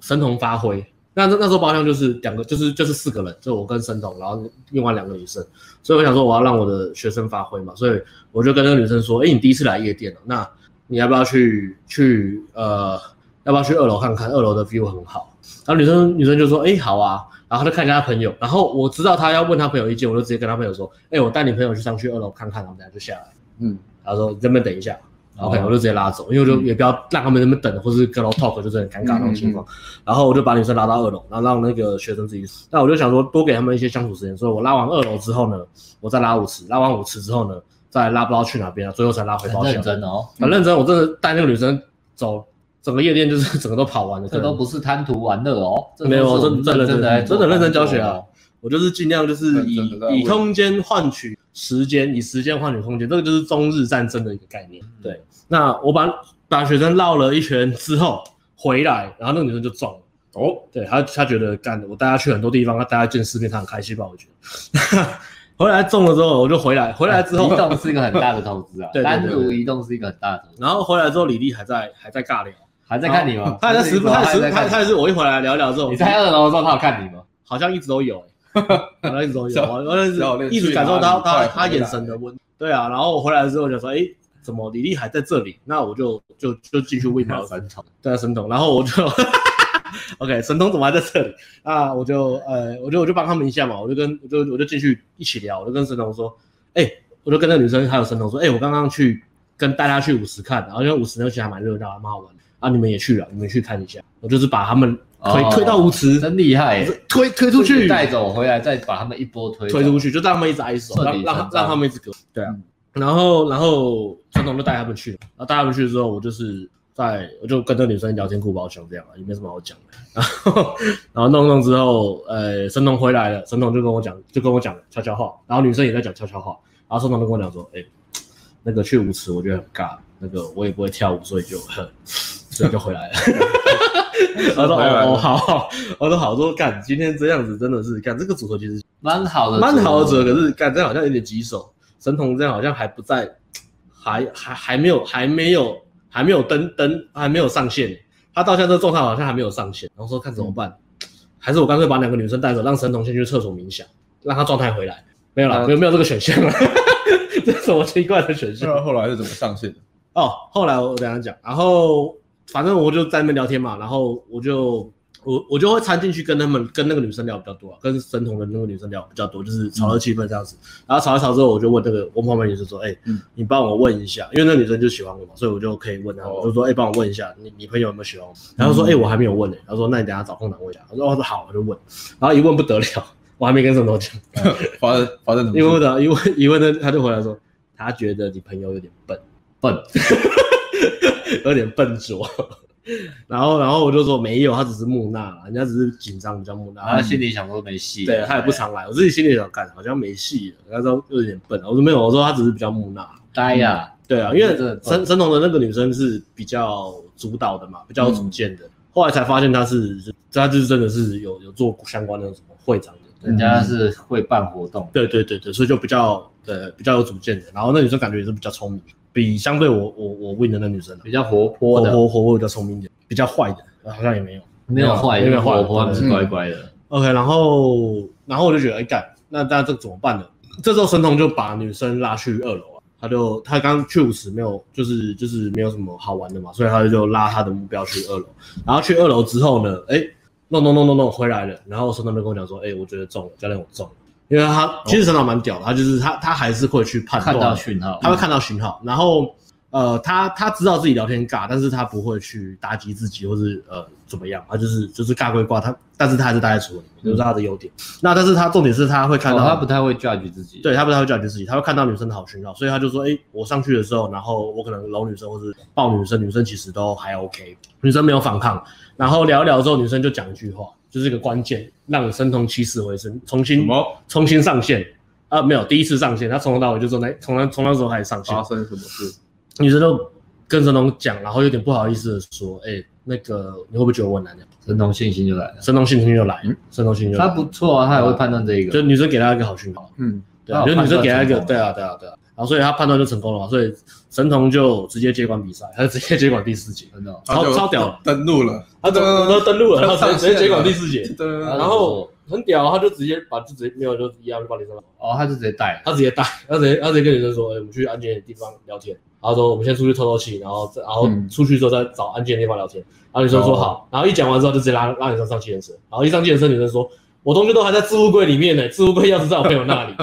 Speaker 1: 神童发挥。那那那时候包厢就是两个，就是就是四个人，就我跟神童，然后另外两个女生。所以我想说，我要让我的学生发挥嘛，所以我就跟那个女生说，哎，你第一次来夜店了，那你要不要去去呃，要不要去二楼看看？二楼的 view 很好。然后女生女生就说，哎，好啊。然后她就看一下她朋友，然后我知道她要问她朋友意见，我就直接跟她朋友说，哎，我带你朋友去上去二楼看看，然后等下就下来。
Speaker 2: 嗯，
Speaker 1: 他说你这边等一下，OK，、
Speaker 3: 哦
Speaker 1: 我就直接拉走，因为我就也不要让他们在那边等，或是跟我 talk 就是很尴尬那
Speaker 3: 嗯
Speaker 1: 种情况。然后我就把女生拉到二楼，然后让那个学生自己。那我就想说多给他们一些相处时间，所以我拉完二楼之后呢，我再拉舞池，拉完舞池之后呢，再拉不知道去哪边啊，最后才拉回包
Speaker 3: 很
Speaker 1: 厢
Speaker 3: 认。真哦，
Speaker 1: 很认真，我真的带那个女生走，整个夜店就是 <laughs> 整个都跑完了。
Speaker 3: 这都不是贪图玩乐哦，这都
Speaker 1: 没有
Speaker 3: 是我们
Speaker 1: 真真的
Speaker 3: 真
Speaker 1: 认真真的认真
Speaker 3: 在做
Speaker 1: 教学啊
Speaker 3: 工作哦，
Speaker 1: 我就是尽量就是以
Speaker 2: 认真地在
Speaker 1: 以
Speaker 2: 问
Speaker 1: 空间换取时间，以时间换取空间，这个就是中日战争的一个概
Speaker 3: 嗯
Speaker 1: 念。对，那我把把学生绕了一圈之后回来，然后那个女生就撞了。
Speaker 2: 哦，
Speaker 1: 对他，他觉得干，我带他去很多地方，他带他见世面，他很开心吧？我觉得。 <laughs> 回来中了之后，我就回来，回来之后
Speaker 3: 移，动是一个很大的投资
Speaker 1: <laughs>
Speaker 3: 啊，
Speaker 1: 对对对
Speaker 3: 单
Speaker 1: 对
Speaker 3: 独移动是一个很大的投资，
Speaker 1: 然后回来之后，李丽还在还在尬聊，
Speaker 3: 还在看你吗？
Speaker 1: 哦他还在直播，他
Speaker 3: 还
Speaker 1: 也是
Speaker 3: 在
Speaker 1: 他也
Speaker 3: 看
Speaker 1: 他也是我一回来聊聊之后，
Speaker 3: 你在二楼的时候，他有看你吗？
Speaker 1: 好像一直都有、欸，好 <laughs> 像一直都有，
Speaker 2: 小
Speaker 1: 好像
Speaker 2: 小
Speaker 1: 是
Speaker 2: 恋
Speaker 1: 一直
Speaker 2: 去
Speaker 1: 感受到
Speaker 2: 哪里
Speaker 1: 他
Speaker 2: 快
Speaker 1: 他
Speaker 2: 回
Speaker 1: 眼
Speaker 2: 来
Speaker 1: 神的温。对啊，然后我回来之后就说，哎、怎么李丽还在这里？那我就就就进去喂
Speaker 2: <laughs>
Speaker 1: 猫了，
Speaker 3: 神童，
Speaker 1: 对啊，神童，然后我就 <laughs> ，OK，神童怎么还在这里？啊，我就呃，我就我就帮他们一下嘛，我就跟我就我就进去一起聊，我就跟神童说，哎、我就跟那个女生还有神童说，哎、我刚刚去跟带她去舞池看，然后因为舞池那个其实还蛮热闹，还蛮好玩的啊，你们也去了，你们去看一下，我就是把他们推、
Speaker 3: 哦
Speaker 1: 推到舞池，
Speaker 3: 真厉害耶，
Speaker 1: 推推出去，
Speaker 3: 带走回来，再把他们一波推走
Speaker 1: 推出去，就让他们一直挨手，
Speaker 3: 彻
Speaker 1: 让
Speaker 3: 底
Speaker 1: 让
Speaker 3: 成长
Speaker 1: 让他们一直隔。对啊
Speaker 2: 嗯，
Speaker 1: 然后然后传统就带他们去了，然后带他们去之后，我就是在我就跟那个女生聊天，顾包厢这样啊，也没什么好讲的。 <laughs> 然后然后弄弄之后，呃，神童回来了，神童就跟我讲，就跟我讲悄悄话，然后女生也在讲悄悄话，然后神童就跟我讲说，哎、那个去舞池我觉得很尬，那个我也不会跳舞，所以就所以就回来了。 <laughs> 他说：“
Speaker 2: 回来
Speaker 1: 哦，哦
Speaker 2: 了
Speaker 1: 好好， <laughs> 我说好，我说干，今天这样子真的是干，这个组合其实
Speaker 3: 蛮好的，
Speaker 1: 蛮好的折，可是干这样好像有点棘手。神童这样好像还不在，还还还没有还没有还没有登登还没有上线，他到现在这个状态好像还没有上线。然后说看怎么办，还是我干脆把两个女生带走，让神童先去厕所冥想，让他状态回来。没有
Speaker 3: 呃
Speaker 1: 啦， <laughs>
Speaker 2: 嗯
Speaker 1: 没有没有这个选项了，这是什么奇怪的选项？
Speaker 2: 那后来是怎么上线的？
Speaker 1: 哦，后来我等一下讲，然后反正我就在那边聊天嘛，然后我就我我就会掺进去跟他们跟那个女生聊比较多、啊，跟神童的那个女生聊比较多，就是炒热气氛这样子。然后吵一吵之后，我就问那个我旁边女生说：“哎、
Speaker 2: 嗯
Speaker 1: 你帮我问一下，因为那女生就喜欢我嘛，所以我就可以问她，
Speaker 2: 哦
Speaker 1: 我就说：哎、帮我问一下，你你朋友有没有喜欢我？”然后说：哎、我还没有问呢、她说：那你等一下找空档问一下。我说：哦，好，我就问。然后一问不得了，我还没跟神童讲，
Speaker 2: 发生发生什么
Speaker 1: 一问不
Speaker 2: 事？
Speaker 1: 得了，一问一问呢，他就回来说：他觉得你朋友有点笨。
Speaker 3: 笨，
Speaker 1: 有点笨拙， <laughs> 然后然后我就说没有，他只是木讷啦，人家只是紧张比较木
Speaker 3: 然后他
Speaker 1: 讷。
Speaker 3: 心里想说没戏，
Speaker 1: 对他也不常来，我自己心里想，干好像没戏了，那时候有点笨啊。我说没有，我说他只是比较木讷。
Speaker 3: 呆呀，
Speaker 1: 对啊，因为
Speaker 3: 嗯真的很笨
Speaker 1: 神神童的那个女生是比较主导的嘛，比较有主见
Speaker 3: 嗯
Speaker 1: 的。后来才发现她是，她就是真的是有有做相关的什么会长的。对
Speaker 3: 人家是会办活动，
Speaker 1: 对对对对，所以就比较呃比较有主见的。然后那女生感觉也是比较聪明，比相对我我我 win 的那女生、啊、
Speaker 3: 比较活
Speaker 1: 活
Speaker 3: 泼的，
Speaker 1: 活活泼比较聪明一点，比较坏的好像也没有。
Speaker 3: 没有坏，
Speaker 1: 没有
Speaker 3: 因为
Speaker 1: 坏
Speaker 3: 活泼，他们是
Speaker 2: 嗯
Speaker 3: 乖乖的。
Speaker 1: OK，然后然后我就觉得，哎、干，那那这怎么办呢？这时候神童就把女生拉去二楼啊，他就他刚去舞池没有，就是就是没有什么好玩的嘛，所以他就拉他的目标去二楼。然后去二楼之后呢，哎、弄弄弄弄弄回来了，然后神童就跟我讲说，哎、我觉得中了，教练我中了，因为他其实神童蛮屌的，他就是他他还是会去判
Speaker 3: 看到
Speaker 1: 断，
Speaker 3: 讯号，嗯
Speaker 1: 他会看到讯号，然后呃，他他知道自己聊天尬，但是他不会去打击自己或是呃怎么样，他就是就是尬归尬，他但是他还是待在组合里面，这、就是他的优点。那但是他重点是他会看
Speaker 3: 哦
Speaker 1: 到，
Speaker 3: 他不太会 judge 自己，，
Speaker 1: 对他不太会教育自己，他会看到女生的好讯号，所以他就说，哎、我上去的时候，然后我可能搂女生或是抱女生，女生其实都还 OK，女生没有反抗，然后聊一聊之后，女生就讲一句话，就是一个关键，让你身同起死回生，重
Speaker 2: 什
Speaker 1: 新
Speaker 2: 么
Speaker 1: 重新上线。啊，没有，第一次上线，他从头到尾就说那从那从那时候开始上线
Speaker 2: 发，生什么事？
Speaker 1: 女生就跟神童讲，然后有点不好意思的说：“哎、那个你会不会觉得我很难聊
Speaker 3: 神童信心就来了？”。
Speaker 1: 神童心情就来
Speaker 2: 嗯，
Speaker 1: 神童心情就来
Speaker 3: 他不错啊，他也会判断这一
Speaker 1: 就
Speaker 3: 个，
Speaker 1: 女生给他一个好讯号，
Speaker 2: 嗯，
Speaker 1: 对、啊，
Speaker 3: 他
Speaker 1: 就
Speaker 3: 有
Speaker 1: 女生给他一个，
Speaker 3: 判断成功
Speaker 1: 对啊，对啊，对啊，然后所以他判断就成功了嘛，所以神童就直接接管比赛，他就 <laughs> 直接接管第四节，
Speaker 3: 真的哦。
Speaker 1: 超
Speaker 2: 他就
Speaker 1: 超屌了，
Speaker 2: <laughs> 登录了，
Speaker 1: 他怎么都登录了，然后直接直接接管第四节，
Speaker 2: 对对啊
Speaker 3: 然
Speaker 1: 然后很屌，他就直接把就直接没有就一样就把女生拉，
Speaker 3: 哦，他就直接带了，
Speaker 1: 他直接带，他直接他直接跟女生说：“哎、我们去安全的地方聊天。”然后说：“我们先出去透透气，然后再然后
Speaker 2: 嗯
Speaker 1: 出去之后再找安全的地方聊天。”然后女生说：“
Speaker 2: 哦
Speaker 1: 好。”然后一讲完之后就直接拉拉女生上计程车，然后一上计程车，女生说：“我东西都还在置物柜里面呢，置物柜钥匙在我朋友
Speaker 2: <laughs>
Speaker 1: 那里，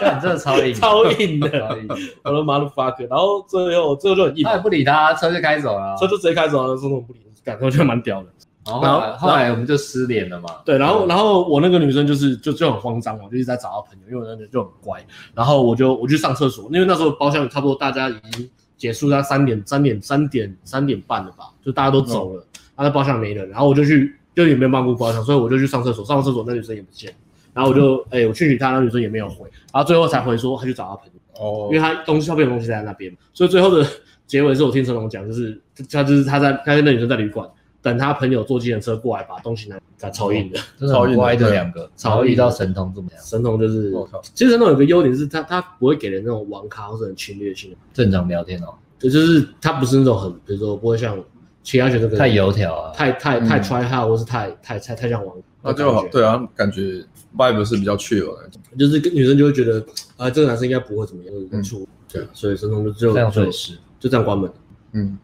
Speaker 3: 干这个超硬，
Speaker 1: 超硬的。
Speaker 3: 超硬，”
Speaker 1: 我说：“妈的 fuck！” 然后最后最后就很硬
Speaker 2: 哎
Speaker 3: 他，也不理他，车就开走了啊。
Speaker 1: 车就直接开走了，说我不理，感觉就蛮屌的。
Speaker 3: 然后后
Speaker 1: 然
Speaker 3: 来
Speaker 1: 后
Speaker 3: 后来我们就失联了嘛。
Speaker 1: 对，然后然后我那个女生就是就就很慌张嘛，就一直在找她朋友，因为我那个就很乖。然后我就我去上厕所，因为那时候包厢里差不多大家已经结束，在三点三点三点三点半了吧，就大家都走了，然后包厢没人，然后我就去就也没有帮顾包厢，所以我就去上厕所，上完厕所那女生也不见了，然后我就哎、我去理她，那女生也没有回，然后最后才回说她去找她朋友。
Speaker 2: 哦
Speaker 1: 因为，他东西他朋友东西在那边，所以最后的结尾是我听成龙讲，就是他就是他在他跟那女生在旅馆等他朋友坐计程车过来把东西拿，干超硬的。
Speaker 3: 真的
Speaker 2: 超
Speaker 3: 很
Speaker 2: 硬的
Speaker 3: 乖的
Speaker 2: 对
Speaker 3: 两个，
Speaker 1: 超
Speaker 3: 然后
Speaker 1: 硬
Speaker 3: 遇到
Speaker 1: 的
Speaker 3: 神童怎么样？
Speaker 1: 神童就是
Speaker 3: 哦
Speaker 2: 我靠，
Speaker 1: 其实神童有个优点是他他不会给人那种玩咖或者很侵略性的，
Speaker 3: 正常聊天哦，
Speaker 1: 对，就是他不是那种很比如说不会像其他学生可能
Speaker 3: 太油条啊，
Speaker 1: 太太太
Speaker 2: 嗯
Speaker 1: try hard 或是太太太太像玩，
Speaker 2: 那就好
Speaker 1: 感，觉
Speaker 2: 对啊，感觉 vibe 是比较 chill 的那种，
Speaker 1: 就是跟女生就会觉得啊这个男生应该不会怎么样，就是出对啊，所以神童就就
Speaker 3: 嗯这样
Speaker 1: 就
Speaker 3: 损失。
Speaker 1: 就这样关门， <laughs>
Speaker 2: 嗯，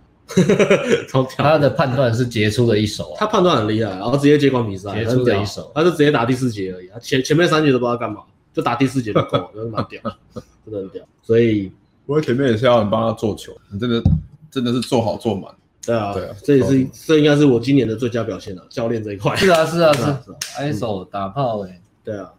Speaker 1: 超屌。
Speaker 3: 他的判断是杰出的一手啊，
Speaker 1: 他判断很厉害，然后直接接管比赛，
Speaker 3: 杰出
Speaker 1: 很屌
Speaker 3: 的一手
Speaker 1: 他就直接打第四节而已，他啊前前面三节都不知道干嘛，就打第四节就够了， <laughs> 真的蛮屌，真的很屌。所以，
Speaker 2: 不过前面也是要你帮他做球，你真的真的是做好做满，
Speaker 1: 对啊，
Speaker 2: 对啊
Speaker 1: 这也是
Speaker 2: 超
Speaker 1: 这应该是我今年的最佳表现了，教练这一块。
Speaker 3: <laughs> 是啊是啊是
Speaker 1: 是
Speaker 3: 啊
Speaker 1: 啊，
Speaker 3: 挨手打炮哎，
Speaker 1: <laughs> 对啊，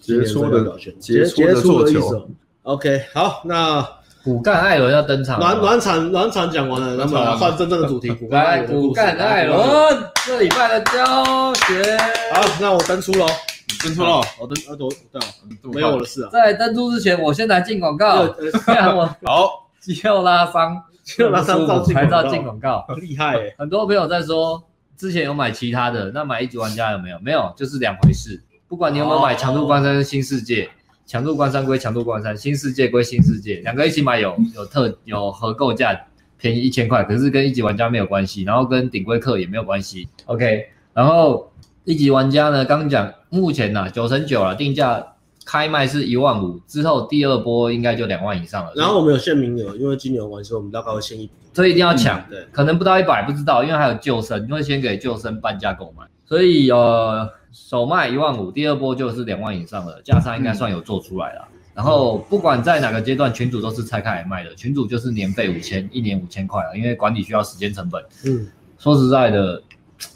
Speaker 2: 杰出
Speaker 1: 今年最
Speaker 2: 的
Speaker 1: 佳表现，杰
Speaker 2: 杰出的
Speaker 1: 杰出的一
Speaker 2: 做
Speaker 1: 手。OK，好，那
Speaker 3: 骨干艾伦要登场了，
Speaker 1: 暖暖场暖场讲完了，那
Speaker 2: 暖场
Speaker 1: 么换真正的主题，骨干爱
Speaker 3: 来
Speaker 1: 人的故
Speaker 3: 骨
Speaker 1: 事
Speaker 3: 干艾。
Speaker 1: 来
Speaker 3: 伦这礼拜的教学。
Speaker 1: 好，那我登出喽，
Speaker 2: 你真出了，
Speaker 1: 我登，呃，我对啊，
Speaker 2: 你这么快
Speaker 1: 没有我的事啊。呃
Speaker 3: 在登出之前，我先来进广 <laughs> 告，让我
Speaker 2: 好，
Speaker 3: 肌肉拉伤，
Speaker 1: 肌肉拉伤照进广告
Speaker 3: 才照进广告。
Speaker 1: 厉害欸，
Speaker 3: 很多朋友在说，之前有买其他的，那买一级玩家有没有？没有，就是两回事。不管你有没有买强度关山新世界，强度关山归强度关山，新世界归新世界，两个一起买有有特有合购价便宜一千块，可是跟一级玩家没有关系，然后跟顶规客也没有关系。OK，然后一级玩家呢，刚讲目前呢九成九了，定价开卖是一万五，之后第二波应该就两万以上了。
Speaker 1: 然后我们有限名额，因为今年的关系，我们大概会限一
Speaker 3: 所以一定要抢，
Speaker 1: 对
Speaker 3: 可能不到一百不知道，因为还有救生，因为先给救生半价购买，所以呃首卖一万五，第二波就是两万以上了，价差应该算有做出来了。然后不管在哪个阶段，群主都是拆开来卖的，群主就是年费五千，一年五千块了，因为管理需要时间成本。
Speaker 1: 嗯，
Speaker 3: 说实在的，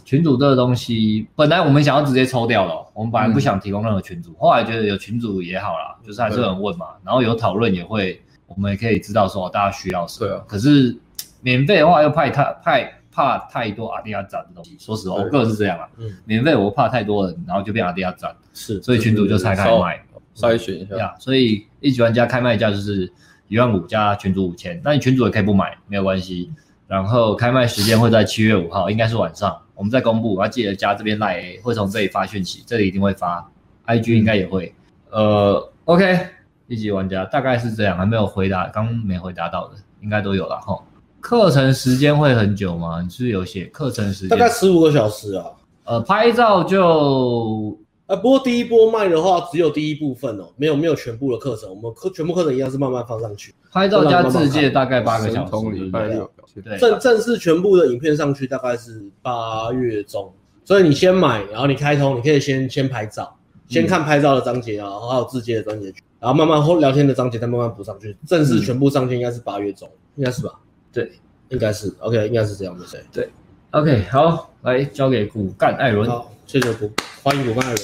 Speaker 3: 群主这个东西，本来我们想要直接抽掉了，我们本来不想提供任何群主，后来觉得有群主也好啦，就是还是有人问嘛，然后有讨论也会，我们也可以知道说大家需要什么。
Speaker 2: 对啊
Speaker 3: 可是免费的话又派他派怕怕太多阿迪亚展的东西。说实话，
Speaker 2: 对
Speaker 3: 我个人是这样啊，
Speaker 1: 嗯，
Speaker 3: 免费我怕太多人，然后就变阿迪亚展，
Speaker 1: 是，
Speaker 3: 所以群主就拆开卖
Speaker 2: 筛选一下，
Speaker 3: 呀。啊所以一级玩家开卖价就是一万五加群主五千，那你群主也可以不买，没有关系。然后开卖时间会在七月五号，应该是晚上，我们再公布。然后记得加这边赖 A，会从这里发讯息，这里一定会发，IG
Speaker 1: 嗯
Speaker 3: 应该也会。呃，OK，一级玩家大概是这样，还没有回答，刚没回答到的应该都有了哈。课程时间会很久吗？你是不是有写课程时
Speaker 1: 大
Speaker 3: 间？
Speaker 1: 概十五个小时啊。
Speaker 3: 呃，拍照就
Speaker 1: 啊，不过第一波卖的话，只有第一部分哦，没有没有全部的课程，我们课全部课程一样是慢慢放上去。
Speaker 3: 拍照加自介大概八个小
Speaker 2: 神
Speaker 3: 时，
Speaker 2: 童
Speaker 3: 对
Speaker 2: 礼
Speaker 3: 不
Speaker 2: 拜
Speaker 3: 对
Speaker 2: 六表现，
Speaker 3: 对
Speaker 1: 正正式全部的影片上去大概是八月中，所以你先买，然后你开通，你可以先先拍照，先看拍照的章节啊，然后还有自介的章节，然后慢慢后聊天的章节再慢慢补上去。正式全部上去应该是八月中，应该是吧？
Speaker 3: 对，
Speaker 1: 应该是 OK，应该是这样的。对，
Speaker 3: OK，好，来交给骨干艾伦。
Speaker 1: 好，谢谢古，欢迎古曼人。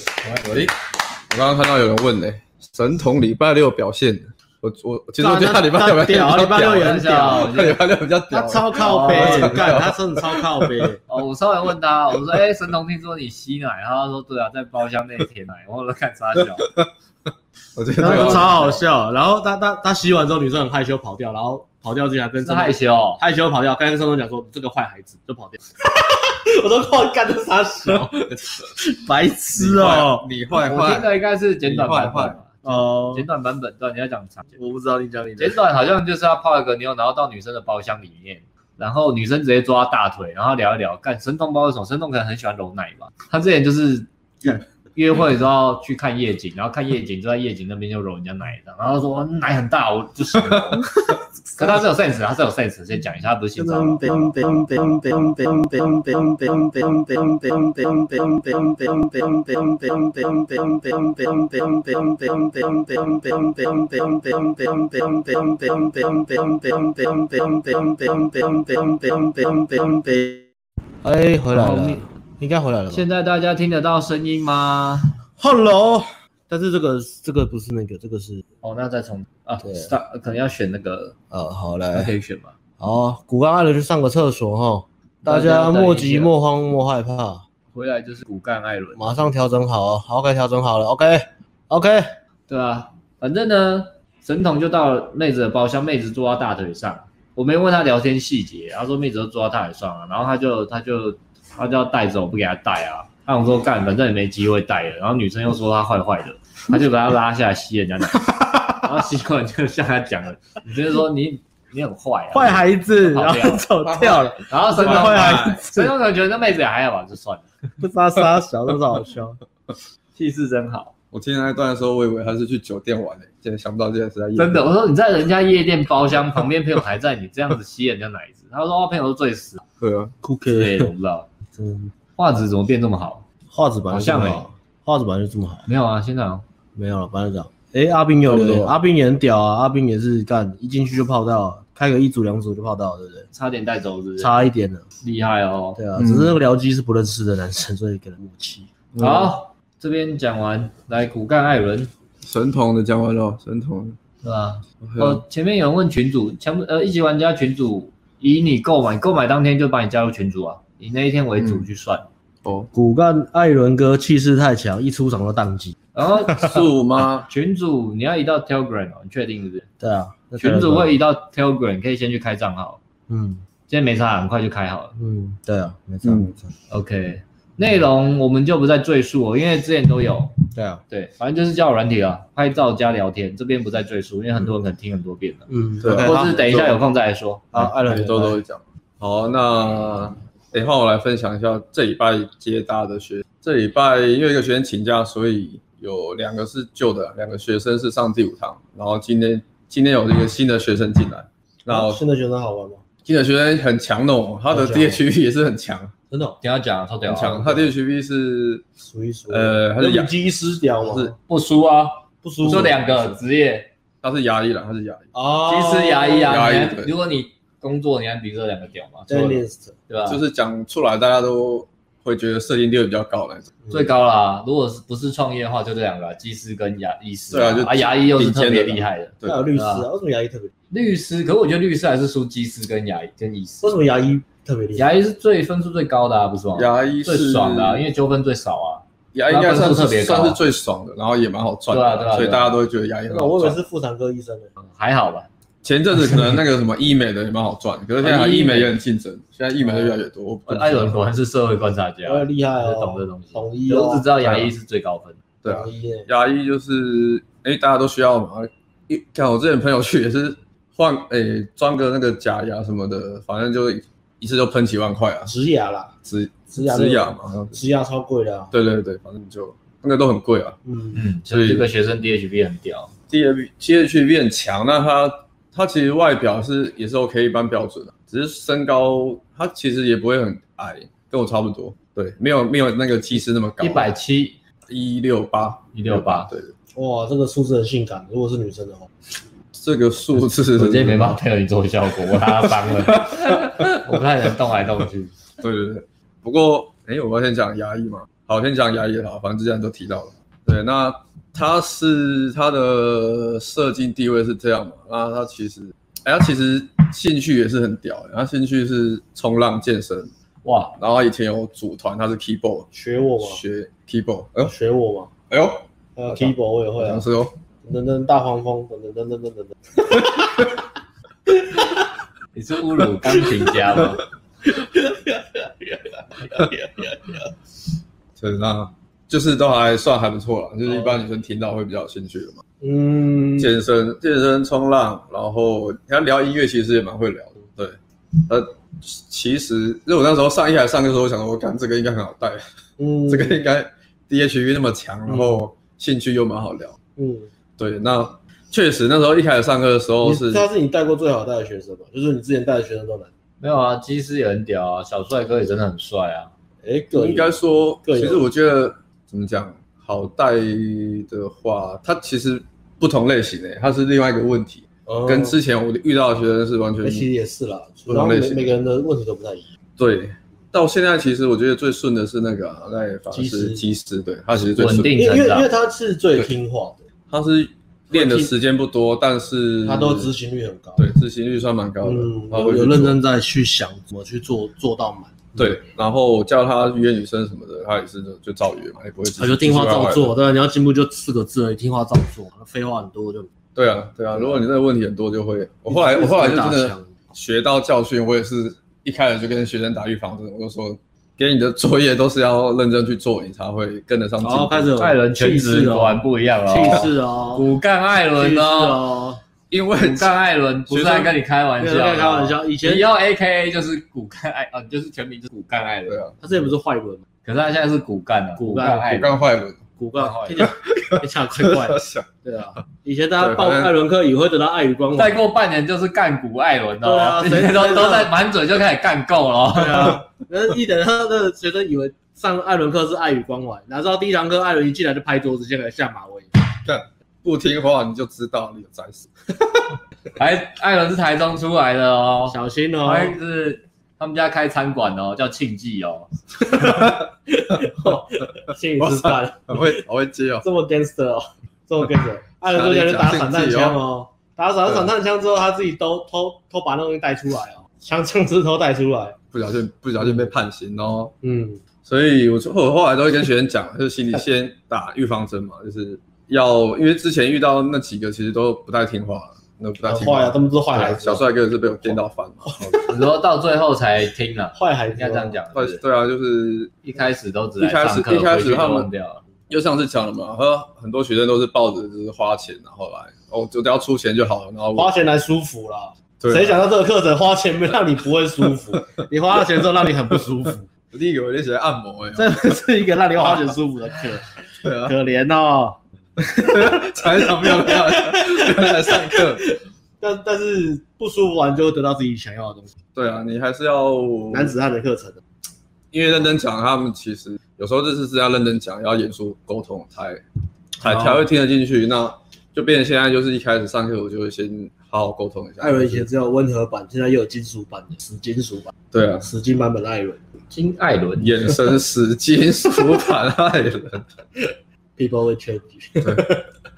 Speaker 2: 喂，我刚刚看到有人问嘞，神童礼拜六表现，我我其实我觉得
Speaker 1: 那
Speaker 2: 他礼拜六表现比较
Speaker 1: 那屌啊礼拜六
Speaker 2: 屌
Speaker 1: 有
Speaker 2: 欸
Speaker 1: 人屌哦
Speaker 2: 他礼拜六比较
Speaker 1: 他
Speaker 2: 屌欸，
Speaker 1: 超靠背，干他真的超靠背。
Speaker 3: 哦，我稍微问他，我说：“哎、神童，听说你吸奶？”他说：“对啊，在包厢内舔奶。”我说：“看傻 <laughs> 笑。
Speaker 2: 我觉得
Speaker 1: 然
Speaker 2: 这
Speaker 1: 后
Speaker 2: 个
Speaker 1: 超好笑。然后他他他洗完之后，女生很害羞跑掉，然后跑掉之前还”跟
Speaker 3: 是
Speaker 1: 生
Speaker 3: 害羞哦，
Speaker 1: 害羞跑掉，跟生东讲说你这个坏孩子就跑掉。我都靠干的傻笑， <laughs> 白痴哦、
Speaker 2: 你坏
Speaker 3: 我听
Speaker 2: 坏，
Speaker 3: 的应该是简短版
Speaker 2: 坏
Speaker 3: 本
Speaker 2: 坏
Speaker 3: 吧，
Speaker 1: 哦、
Speaker 3: 简短版本，对，啊你要讲长。
Speaker 1: 我不知道你讲你的
Speaker 3: 简短好像就是要泡一个妞，然后到女生的包厢里面，然后女生直接抓大腿，然后聊一聊。干神童包为什么？神童可能很喜欢揉奶吧。他之前就是
Speaker 1: 干
Speaker 3: 约会的时候去看夜景，然后看夜景就在夜景那边就揉人家奶这样，然后说奶很大，我就想揉。可他是有 sense，的他是有 sense，的先讲一下，他 <laughs> 不是性骚扰。
Speaker 1: 哎，回来
Speaker 3: 好
Speaker 1: 了
Speaker 3: 你，
Speaker 1: 应该回来了吧
Speaker 3: 现在大家听得到声音吗？
Speaker 1: ？Hello，但是这个这个不是那个，这个是
Speaker 3: 哦，那再重啊
Speaker 1: 对
Speaker 3: ，start 可能要选那个
Speaker 1: 呃，好
Speaker 3: 可
Speaker 1: 来，
Speaker 3: 以选吧。
Speaker 1: 好，古刚爱人去上个厕所哈，大家莫急莫慌莫害怕。
Speaker 3: 回来就是骨干艾伦。
Speaker 1: 马上调整好哦，OK，调整好了，OK，OK，
Speaker 3: 对啊，反正呢，神童就到了妹子的包厢，妹子坐到大腿上，我没问他聊天细节，他说妹子都坐到大腿上啊了，然后他就他就他就要带着我不给他带啊，他想说干，反正也没机会带了，然后女生又说他坏坏的，他就把他拉下来吸人家奶，然后吸完就向他讲了，你直接说你你很坏啊，
Speaker 1: 坏孩子，
Speaker 3: 跑
Speaker 1: 然
Speaker 3: 掉
Speaker 1: 后走掉了，
Speaker 3: 然后神童
Speaker 1: 坏孩
Speaker 3: 神童可能觉得那妹子也还好吧，就算了，
Speaker 1: 不杀杀小，真是好笑。
Speaker 3: 气势真好。
Speaker 2: 我听那一段的时候，我以为他是去酒店玩诶，现在想不到这件事在夜
Speaker 3: 真的，我说你在人家夜店包厢旁边，朋友还在，你这样子吸人家奶子，他说哦，朋友都醉死了，
Speaker 2: 对啊，
Speaker 3: 之
Speaker 1: Cookie，
Speaker 3: 类的，我不知道。
Speaker 1: 嗯，
Speaker 3: 画质怎么变这么好？
Speaker 1: 画质本来就这么
Speaker 3: 好像
Speaker 1: 好，哦画质本来就这么好，
Speaker 3: 没有啊，现在哦
Speaker 1: 没有了，反正这样。哎，阿斌有
Speaker 2: 差不多
Speaker 1: 留言，阿斌也很屌啊，阿斌也是干一进去就泡到，开个一组两组就泡到，对不对？
Speaker 3: <laughs> 差点带走，是不是？
Speaker 1: 差一点了，
Speaker 3: 厉害哦。
Speaker 1: 对啊，
Speaker 2: 嗯
Speaker 1: 只是那个僚机是不认识的男生，所以给了默契。
Speaker 2: 嗯
Speaker 3: 好，这边讲完，来骨干艾伦，
Speaker 2: 神童的讲完了，神童，
Speaker 3: 对吧？
Speaker 2: 还有
Speaker 3: 哦，前面有人问群主，前呃一级玩家群主以你购买购买当天就把你加入群主啊，以那一天为主去算。
Speaker 2: 哦，
Speaker 1: 骨干艾伦哥气势太强，一出场就宕机。
Speaker 3: 然后
Speaker 2: 树吗？
Speaker 3: 群主你要移到 Telegram 哦，你确定是不是？
Speaker 1: 对啊，那
Speaker 3: 群主会移到 Telegram，可以先去开账号，
Speaker 1: 嗯
Speaker 3: 现在没差，很快就开好了。
Speaker 1: 嗯，对啊，没错
Speaker 2: 嗯
Speaker 1: 没错，
Speaker 3: OK，内容我们就不再赘述哦了，因为之前都有。
Speaker 1: 对啊，
Speaker 3: 对，反正就是交友软体啊，拍照加聊天，这边不再赘述，因为很多人可能听很多遍了，
Speaker 1: 嗯，
Speaker 2: 对啊
Speaker 1: ，OK，
Speaker 3: 或
Speaker 1: 好
Speaker 3: 是啊等一下有空再来说。嗯
Speaker 1: 好，哎艾伦
Speaker 2: 每周都
Speaker 1: 来
Speaker 2: 会讲。好，那诶，换我来分享一下这礼拜接搭的学，这礼拜因为一个学生请假，所以有两个是旧的，两个学生是上第五堂，然后今天今天有一个新的学生进来，然后
Speaker 1: 新的学生好玩吗？
Speaker 2: 新的学生很强哦，他的
Speaker 1: 哦很强
Speaker 2: DHP 也是很强，
Speaker 1: 真的哦
Speaker 3: 你要讲，超屌
Speaker 2: 很强，
Speaker 3: 啊，
Speaker 2: 他 DHP 是
Speaker 1: 数一数二，
Speaker 2: 呃，他是
Speaker 1: 那
Speaker 2: 亚
Speaker 1: 你机师屌吗？
Speaker 2: 是
Speaker 3: 不输啊，
Speaker 1: 不舒
Speaker 3: 我
Speaker 1: 服。
Speaker 3: 说两个职业，
Speaker 2: 他是牙医啦，他是牙医，
Speaker 1: 哦，
Speaker 3: 其实牙医啊，
Speaker 2: 牙医
Speaker 3: 你还
Speaker 2: 对
Speaker 3: 如果你工作，你还比这两个屌吗？对
Speaker 1: dentist
Speaker 3: 吧？
Speaker 2: 就是讲出来大家都会觉得射精率比较高那种。
Speaker 3: 最高啦，如果是不是创业的话，就这两个啊，技师跟牙医师啊。
Speaker 2: 对啊就
Speaker 3: 啊，牙医又是
Speaker 2: 顶尖
Speaker 3: 特
Speaker 2: 的
Speaker 3: 别
Speaker 2: 啦
Speaker 3: 厉害的，
Speaker 1: 还有律师
Speaker 3: 对
Speaker 1: 啊？为什么牙医特别？
Speaker 3: 律师，可我觉得律师还是输技师跟牙医跟医师
Speaker 1: 为。什么牙医特别厉害。
Speaker 3: 牙医是最分数最高的啊，不是吗？
Speaker 2: 牙医
Speaker 3: 最
Speaker 2: 是
Speaker 3: 爽的、啊，因为纠纷最少啊。
Speaker 2: 牙医应该算
Speaker 3: 他分数特别
Speaker 2: 是
Speaker 3: 高啊
Speaker 2: 算是最爽的，然后也蛮好赚的，
Speaker 3: 对啊对啊对啊
Speaker 2: 所以大家都会觉得牙医很
Speaker 1: 那
Speaker 2: 好
Speaker 1: 我以为
Speaker 2: 赚。
Speaker 1: 是妇产科医生呢。
Speaker 3: 嗯还好吧，
Speaker 2: 前阵子可能那个什么医美的也蛮好赚，可是现在
Speaker 3: 啊
Speaker 2: 医
Speaker 3: 医美哎
Speaker 2: 美也很竞争，现在医美的越来越多。我不
Speaker 3: 艾伦啊果然是社会观察家，
Speaker 1: 哎厉害哦
Speaker 3: 啊懂这东西。
Speaker 1: 懂医哦
Speaker 3: 我只知道牙医是最高分，
Speaker 2: 对啊，
Speaker 1: 医耶
Speaker 2: 牙医就是哎、诶大家都需要嘛。一看我之前朋友去也是换哎装个那个假牙什么的，反正就一次就喷几万块啊，
Speaker 1: 植牙啦，
Speaker 2: 植
Speaker 1: 植牙
Speaker 2: 植牙嘛。
Speaker 1: 植牙超贵的啊。
Speaker 2: 对对对，反正就那个都很贵啊。
Speaker 1: 嗯，
Speaker 3: 嗯，所以这个学生 DHB 很屌，
Speaker 2: D H G H 变强，那他他其实外表是也是 OK 一般标准的、啊只是身高他其实也不会很矮，跟我差不多。对，没有没有那个技师那么高，啊
Speaker 3: 一百七
Speaker 2: 一六八
Speaker 3: 一六八，
Speaker 2: 对，
Speaker 1: 哇，这个数字很性感。如果是女生的话，
Speaker 2: 这个数字
Speaker 3: 我今天没办法配合你做效果，我拉帮了， <laughs> 我看人动来动去。
Speaker 2: 对对对，不过哎、诶我要先讲牙医嘛，好，先讲牙医好，反正之前都提到了。对，那他是他的社经地位是这样嘛？那他其实，哎、他其实兴趣也是很屌、欸他兴趣是冲浪、健身，
Speaker 3: 哇，
Speaker 2: 然后他以前有组团，他是 keyboard
Speaker 1: 学我嘛，
Speaker 2: 学 keyboard，哎呦
Speaker 1: 学我嘛。
Speaker 2: 哎呦，
Speaker 1: 呃，keyboard 我也
Speaker 2: 好
Speaker 1: 会啊
Speaker 2: 像，是哦，
Speaker 1: 噔噔大黄蜂，噔噔噔噔噔噔噔。
Speaker 3: 你是侮辱钢琴家吗？ <laughs>
Speaker 2: 对，那就是都还算还不错啦，就是一般女生听到会比较有兴趣的嘛。
Speaker 1: 嗯，
Speaker 2: 健身、健身、冲浪，然后他聊音乐其实也蛮会聊的，对。呃，其实因为我那时候上一台上课的时候，我想说，我干这个应该很好带，啊
Speaker 1: 嗯，
Speaker 2: 这个应该 DHV 那么强，然后兴趣又蛮好聊， <laughs>
Speaker 1: 嗯，
Speaker 2: 对。那确实那时候一开始上课的时候是
Speaker 1: 你他是你带过最好带的学生嘛？就是你之前带的学生都难。
Speaker 3: 没有啊，技师也很屌啊，小帅哥也真的很帅啊。
Speaker 1: 哎，各有
Speaker 2: 应该说，
Speaker 1: 各有
Speaker 2: 其实我觉得怎么讲，好带的话，它其实不同类型诶、它是另外一个问题，
Speaker 1: 哦
Speaker 2: 跟之前我遇到的学生是完全
Speaker 1: 哎其实也是啦，
Speaker 2: 不
Speaker 1: 然后
Speaker 2: 同类
Speaker 1: 每
Speaker 2: 型
Speaker 1: 每个人的问题都不太一样。
Speaker 2: 对。到现在其实我觉得最顺的是那个啊赖、法
Speaker 1: 基
Speaker 2: 师
Speaker 1: 师
Speaker 2: 基师，对他其实最
Speaker 3: 稳
Speaker 2: 顺，
Speaker 3: 定
Speaker 1: 因为因为
Speaker 3: 成长
Speaker 1: 因为他是最听话的，
Speaker 2: 他是练的时间不多，但是
Speaker 1: 他都执行率很高。
Speaker 2: 对执行率算蛮高的，
Speaker 1: 嗯，
Speaker 2: 他会
Speaker 1: 有
Speaker 2: 去
Speaker 1: 有
Speaker 2: 做
Speaker 1: 认真在去想怎么去做做到满。
Speaker 2: 对，然后叫他约女生什么的，他也是就就照约嘛，也不会
Speaker 1: 他就听话照
Speaker 2: 做。
Speaker 1: 做，对，啊你要进步就四个字而已，听话照做，啊废话很多就。
Speaker 2: 对啊，对啊，如果你这个问题很多，就会我后来我后来就真
Speaker 1: 自己打
Speaker 2: 的
Speaker 1: 枪
Speaker 2: 学到教训，我也是一开始就跟学生打预防针，我就说给你的作业都是要认真去做，你才会跟得上进
Speaker 1: 然哦
Speaker 2: 度。
Speaker 1: 后开始有
Speaker 3: 艾伦全
Speaker 1: 气
Speaker 3: 职
Speaker 1: 势
Speaker 3: 果然
Speaker 1: 哦，
Speaker 3: 不一样
Speaker 2: 啊
Speaker 3: 哦，
Speaker 1: 气势
Speaker 2: <laughs>
Speaker 1: 哦，
Speaker 3: 骨干艾
Speaker 1: 气
Speaker 3: 伦
Speaker 1: 势
Speaker 3: 哦，
Speaker 1: 哦，
Speaker 2: 因为
Speaker 3: 骨干艾伦不是在跟你开玩
Speaker 1: 没
Speaker 3: 笑
Speaker 1: 有
Speaker 3: 的哦，
Speaker 1: 在开玩笑。以前
Speaker 3: 你要 A K A 就是骨干艾，啊，你就是全名就是骨干艾
Speaker 2: 对
Speaker 3: 伦，
Speaker 2: 啊，
Speaker 1: 他之前不是坏人吗？
Speaker 3: 可是他现在是骨干了，
Speaker 1: 骨干
Speaker 3: 干艾
Speaker 2: 我 <laughs>
Speaker 3: 伦，
Speaker 2: 干坏人，
Speaker 1: 骨干
Speaker 3: 坏，
Speaker 1: 听起来听起来怪怪的。
Speaker 2: 想
Speaker 1: 对啊，以前大家报
Speaker 2: 对反正
Speaker 1: 艾伦科也会得到爱与关
Speaker 3: 再
Speaker 1: 怀。
Speaker 3: 过半年就是干骨艾伦
Speaker 1: 对
Speaker 3: 哦
Speaker 1: 啊，
Speaker 3: <laughs> 今天
Speaker 1: 谁
Speaker 3: 都
Speaker 1: 知道
Speaker 3: 都在满嘴就开始干够了哦，
Speaker 1: <laughs>
Speaker 3: <laughs>
Speaker 1: 对啊，那一等他的学生以为上艾伦课是爱与关怀，哪知道第一堂课艾伦一进来就拍桌子，先来下马威。
Speaker 2: 不听话你就知道你有在死。
Speaker 3: 还艾伦是台中出来的哦，
Speaker 1: 小心哦，
Speaker 3: 还是他们家开餐馆哦，叫庆记哦，
Speaker 1: <laughs> 心理吃饭，
Speaker 2: 我会 <laughs> 我会接哦，
Speaker 1: 这么 gangster 哦，这么 <laughs> gangster。艾伦坐下来就打散弹枪哦，打散散弹枪之后，他自己都偷偷把那东西带出来哦，枪枪支偷带出来。
Speaker 2: 不小心不小心被判刑哦。
Speaker 1: 嗯，
Speaker 2: 所以我就我后来都会跟学生讲，就是心里先打预防针嘛，就是要因为之前遇到那几个其实都不太听话，那不太
Speaker 1: 很
Speaker 2: 听
Speaker 1: 坏啊，
Speaker 2: 话
Speaker 1: 他。们都是坏孩哦
Speaker 2: 对
Speaker 1: 子
Speaker 2: 小
Speaker 1: 哦，
Speaker 2: 帅哥也是被我电到
Speaker 1: <laughs>
Speaker 2: 翻嘛。
Speaker 3: 你说到最后才听了，
Speaker 1: 坏孩
Speaker 3: 应
Speaker 1: 子
Speaker 3: 该
Speaker 1: 哦
Speaker 3: 这样，讲，
Speaker 2: 对
Speaker 3: 是不是
Speaker 2: 对啊，就是
Speaker 3: 一开始都只来上课，
Speaker 2: 一开始
Speaker 3: 回去
Speaker 2: 一开始他
Speaker 3: 就
Speaker 2: 们
Speaker 3: 忘掉了。
Speaker 2: 就上次讲了嘛，和很多学生都是抱着就是花钱，然后来哦，就只要出钱就好了，然后
Speaker 1: 花
Speaker 2: 我
Speaker 1: 钱来舒服啦。
Speaker 2: 对啊
Speaker 1: 谁想到这个课程花钱没让你不会舒 <laughs> 服？你花了钱之后让你很不舒服，
Speaker 2: 第一个我就喜欢按 <laughs> 摩哎、
Speaker 1: 这是一个让你花钱舒服的 <laughs> 课，
Speaker 2: 对啊，
Speaker 1: 可怜哦。
Speaker 2: 常常没有没有 <laughs> 没有来上课，
Speaker 1: 但但是不舒服完就会得到自己想要的东西，
Speaker 2: 对啊，你还是要
Speaker 1: 男子汉的课程。
Speaker 2: 因为认真讲，他们其实有时候就是是要认真讲，要严肃沟通才才
Speaker 1: 哦
Speaker 2: 才会听得进去，那就变成现在就是一开始上课我就会先好好沟通一下，
Speaker 1: 艾伦以前只有温和版，现在又有金属版的死金属版、
Speaker 2: 对啊，
Speaker 1: 死金版本的艾伦。
Speaker 3: 金艾伦
Speaker 2: 眼神死金属盘爱人，
Speaker 1: People 会 change，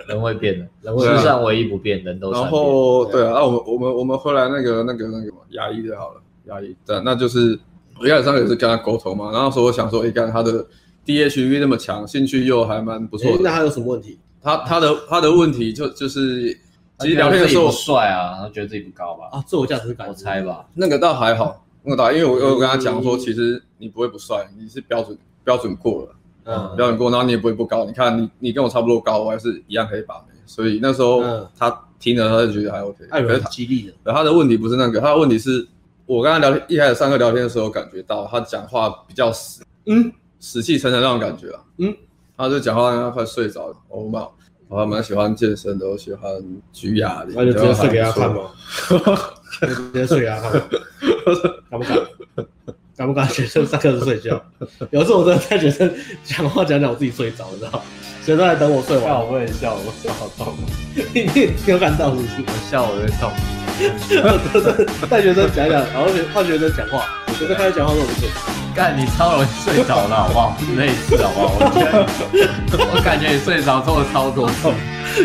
Speaker 3: 人会变的，人
Speaker 2: 会
Speaker 3: 会
Speaker 2: 变
Speaker 3: 世上唯一不变，人都善
Speaker 2: 啊然
Speaker 3: 变。
Speaker 1: 哦
Speaker 2: 啊后对啊，啊我们我们我们回来那个那个那个嘛牙医的好了，压抑。但那就是我一开始上课也是跟他沟通嘛，然后说我想说，哎、看他的 DHV 那么强，兴趣又还蛮不错
Speaker 1: 诶 <laughs> 那
Speaker 2: 的。
Speaker 1: 他有什么问题？
Speaker 2: 他他的他的问题就就是，其实聊
Speaker 3: 他觉
Speaker 2: 天
Speaker 3: 得
Speaker 2: 的
Speaker 3: 自
Speaker 2: 时
Speaker 3: 己
Speaker 2: 候
Speaker 3: 不帅啊，他觉得自己不高吧？
Speaker 1: 啊，自我价值感，
Speaker 3: 我猜吧，
Speaker 2: 那个倒还好，那个倒还因为我我有跟他讲说，
Speaker 1: 嗯
Speaker 2: 其实你不会不帅，你是标准标准过了。
Speaker 1: 嗯，
Speaker 2: 标准过，然后你也不会不高。你看你你跟我差不多高，我还是一样可以把妹。所以那时候
Speaker 1: 嗯哎
Speaker 2: 他听了，他就觉得还 OK。
Speaker 1: 艾
Speaker 2: 可
Speaker 1: 伦很
Speaker 2: 是他
Speaker 1: 激励的，
Speaker 2: 可他的问题不是那个，他的问题是我跟他聊天一开始上课聊天的时候，感觉到他讲话比较死
Speaker 1: 嗯，
Speaker 2: 死气沉沉那种感觉啊。
Speaker 1: 嗯，
Speaker 2: 他就讲话让他快睡着了。哦我蛮我还蛮喜欢健身的，我喜欢举哑铃，
Speaker 1: 那就直接射给他看
Speaker 2: 吧。
Speaker 1: 嘛，就直接射给他看嘛，敢不敢？敢不敢？学生上课就睡觉，有时候我真的在学生讲话讲讲，我自己睡着，你知道吗？学生在等我睡
Speaker 3: 笑
Speaker 1: 完，
Speaker 3: 我也笑，我笑好痛，
Speaker 1: 你你你有看到是不是？ <laughs>
Speaker 3: 我笑我会痛。
Speaker 1: 带学生讲讲，然后换学生讲话，学生开始讲话说不是，
Speaker 3: 干，你超容易睡着了，好不好？累死，好不好？啊我觉得我感觉你睡着做了超多次，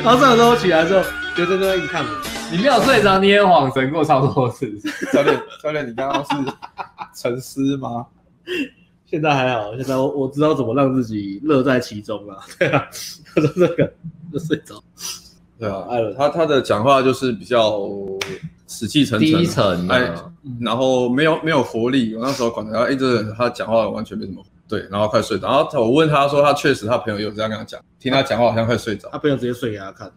Speaker 1: 然后上完之后起来之后，学生就在一直看我，
Speaker 3: 你没有睡着，你也晃神过超多次。
Speaker 2: 教练，教练，你刚刚是沉思吗？
Speaker 1: 现在还好，现在我我知道怎么让自己乐在其中了、对啊， <laughs> 他说这个就睡着，
Speaker 2: 对啊
Speaker 1: 艾伦，
Speaker 2: 他他的讲话就是比较死气沉沉啊，
Speaker 3: 第一层
Speaker 2: 哎
Speaker 3: 啊，
Speaker 2: 然后没有没有活力。我那时候管他，哎、这个人他讲话完全没什么活力对，然后快睡着。然后他我问他说，他确实他朋友有这样跟他讲，听他讲话好像快睡着
Speaker 1: 他，朋友直接睡给他看。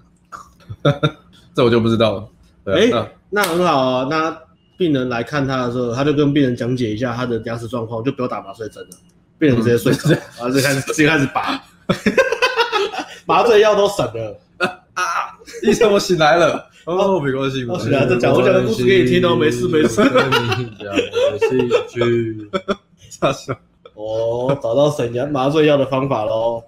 Speaker 2: 这我就不知道了。对、啊，
Speaker 1: 那很好啊，那病人来看他的时候，他就跟病人讲解一下他的牙齿状况，就不要打麻醉针了，病人直接睡着， <laughs> 然后就开始直接开始拔， <laughs> 麻醉药都省了。
Speaker 2: 那医生我醒来了，哦，没关系，
Speaker 1: 我醒来
Speaker 3: 啊
Speaker 1: 了这讲我讲的故事给你听哦没事没事
Speaker 3: 你讲我是句，
Speaker 2: 傻笑
Speaker 1: 我、哦、找到省牙麻醉药的方法喽。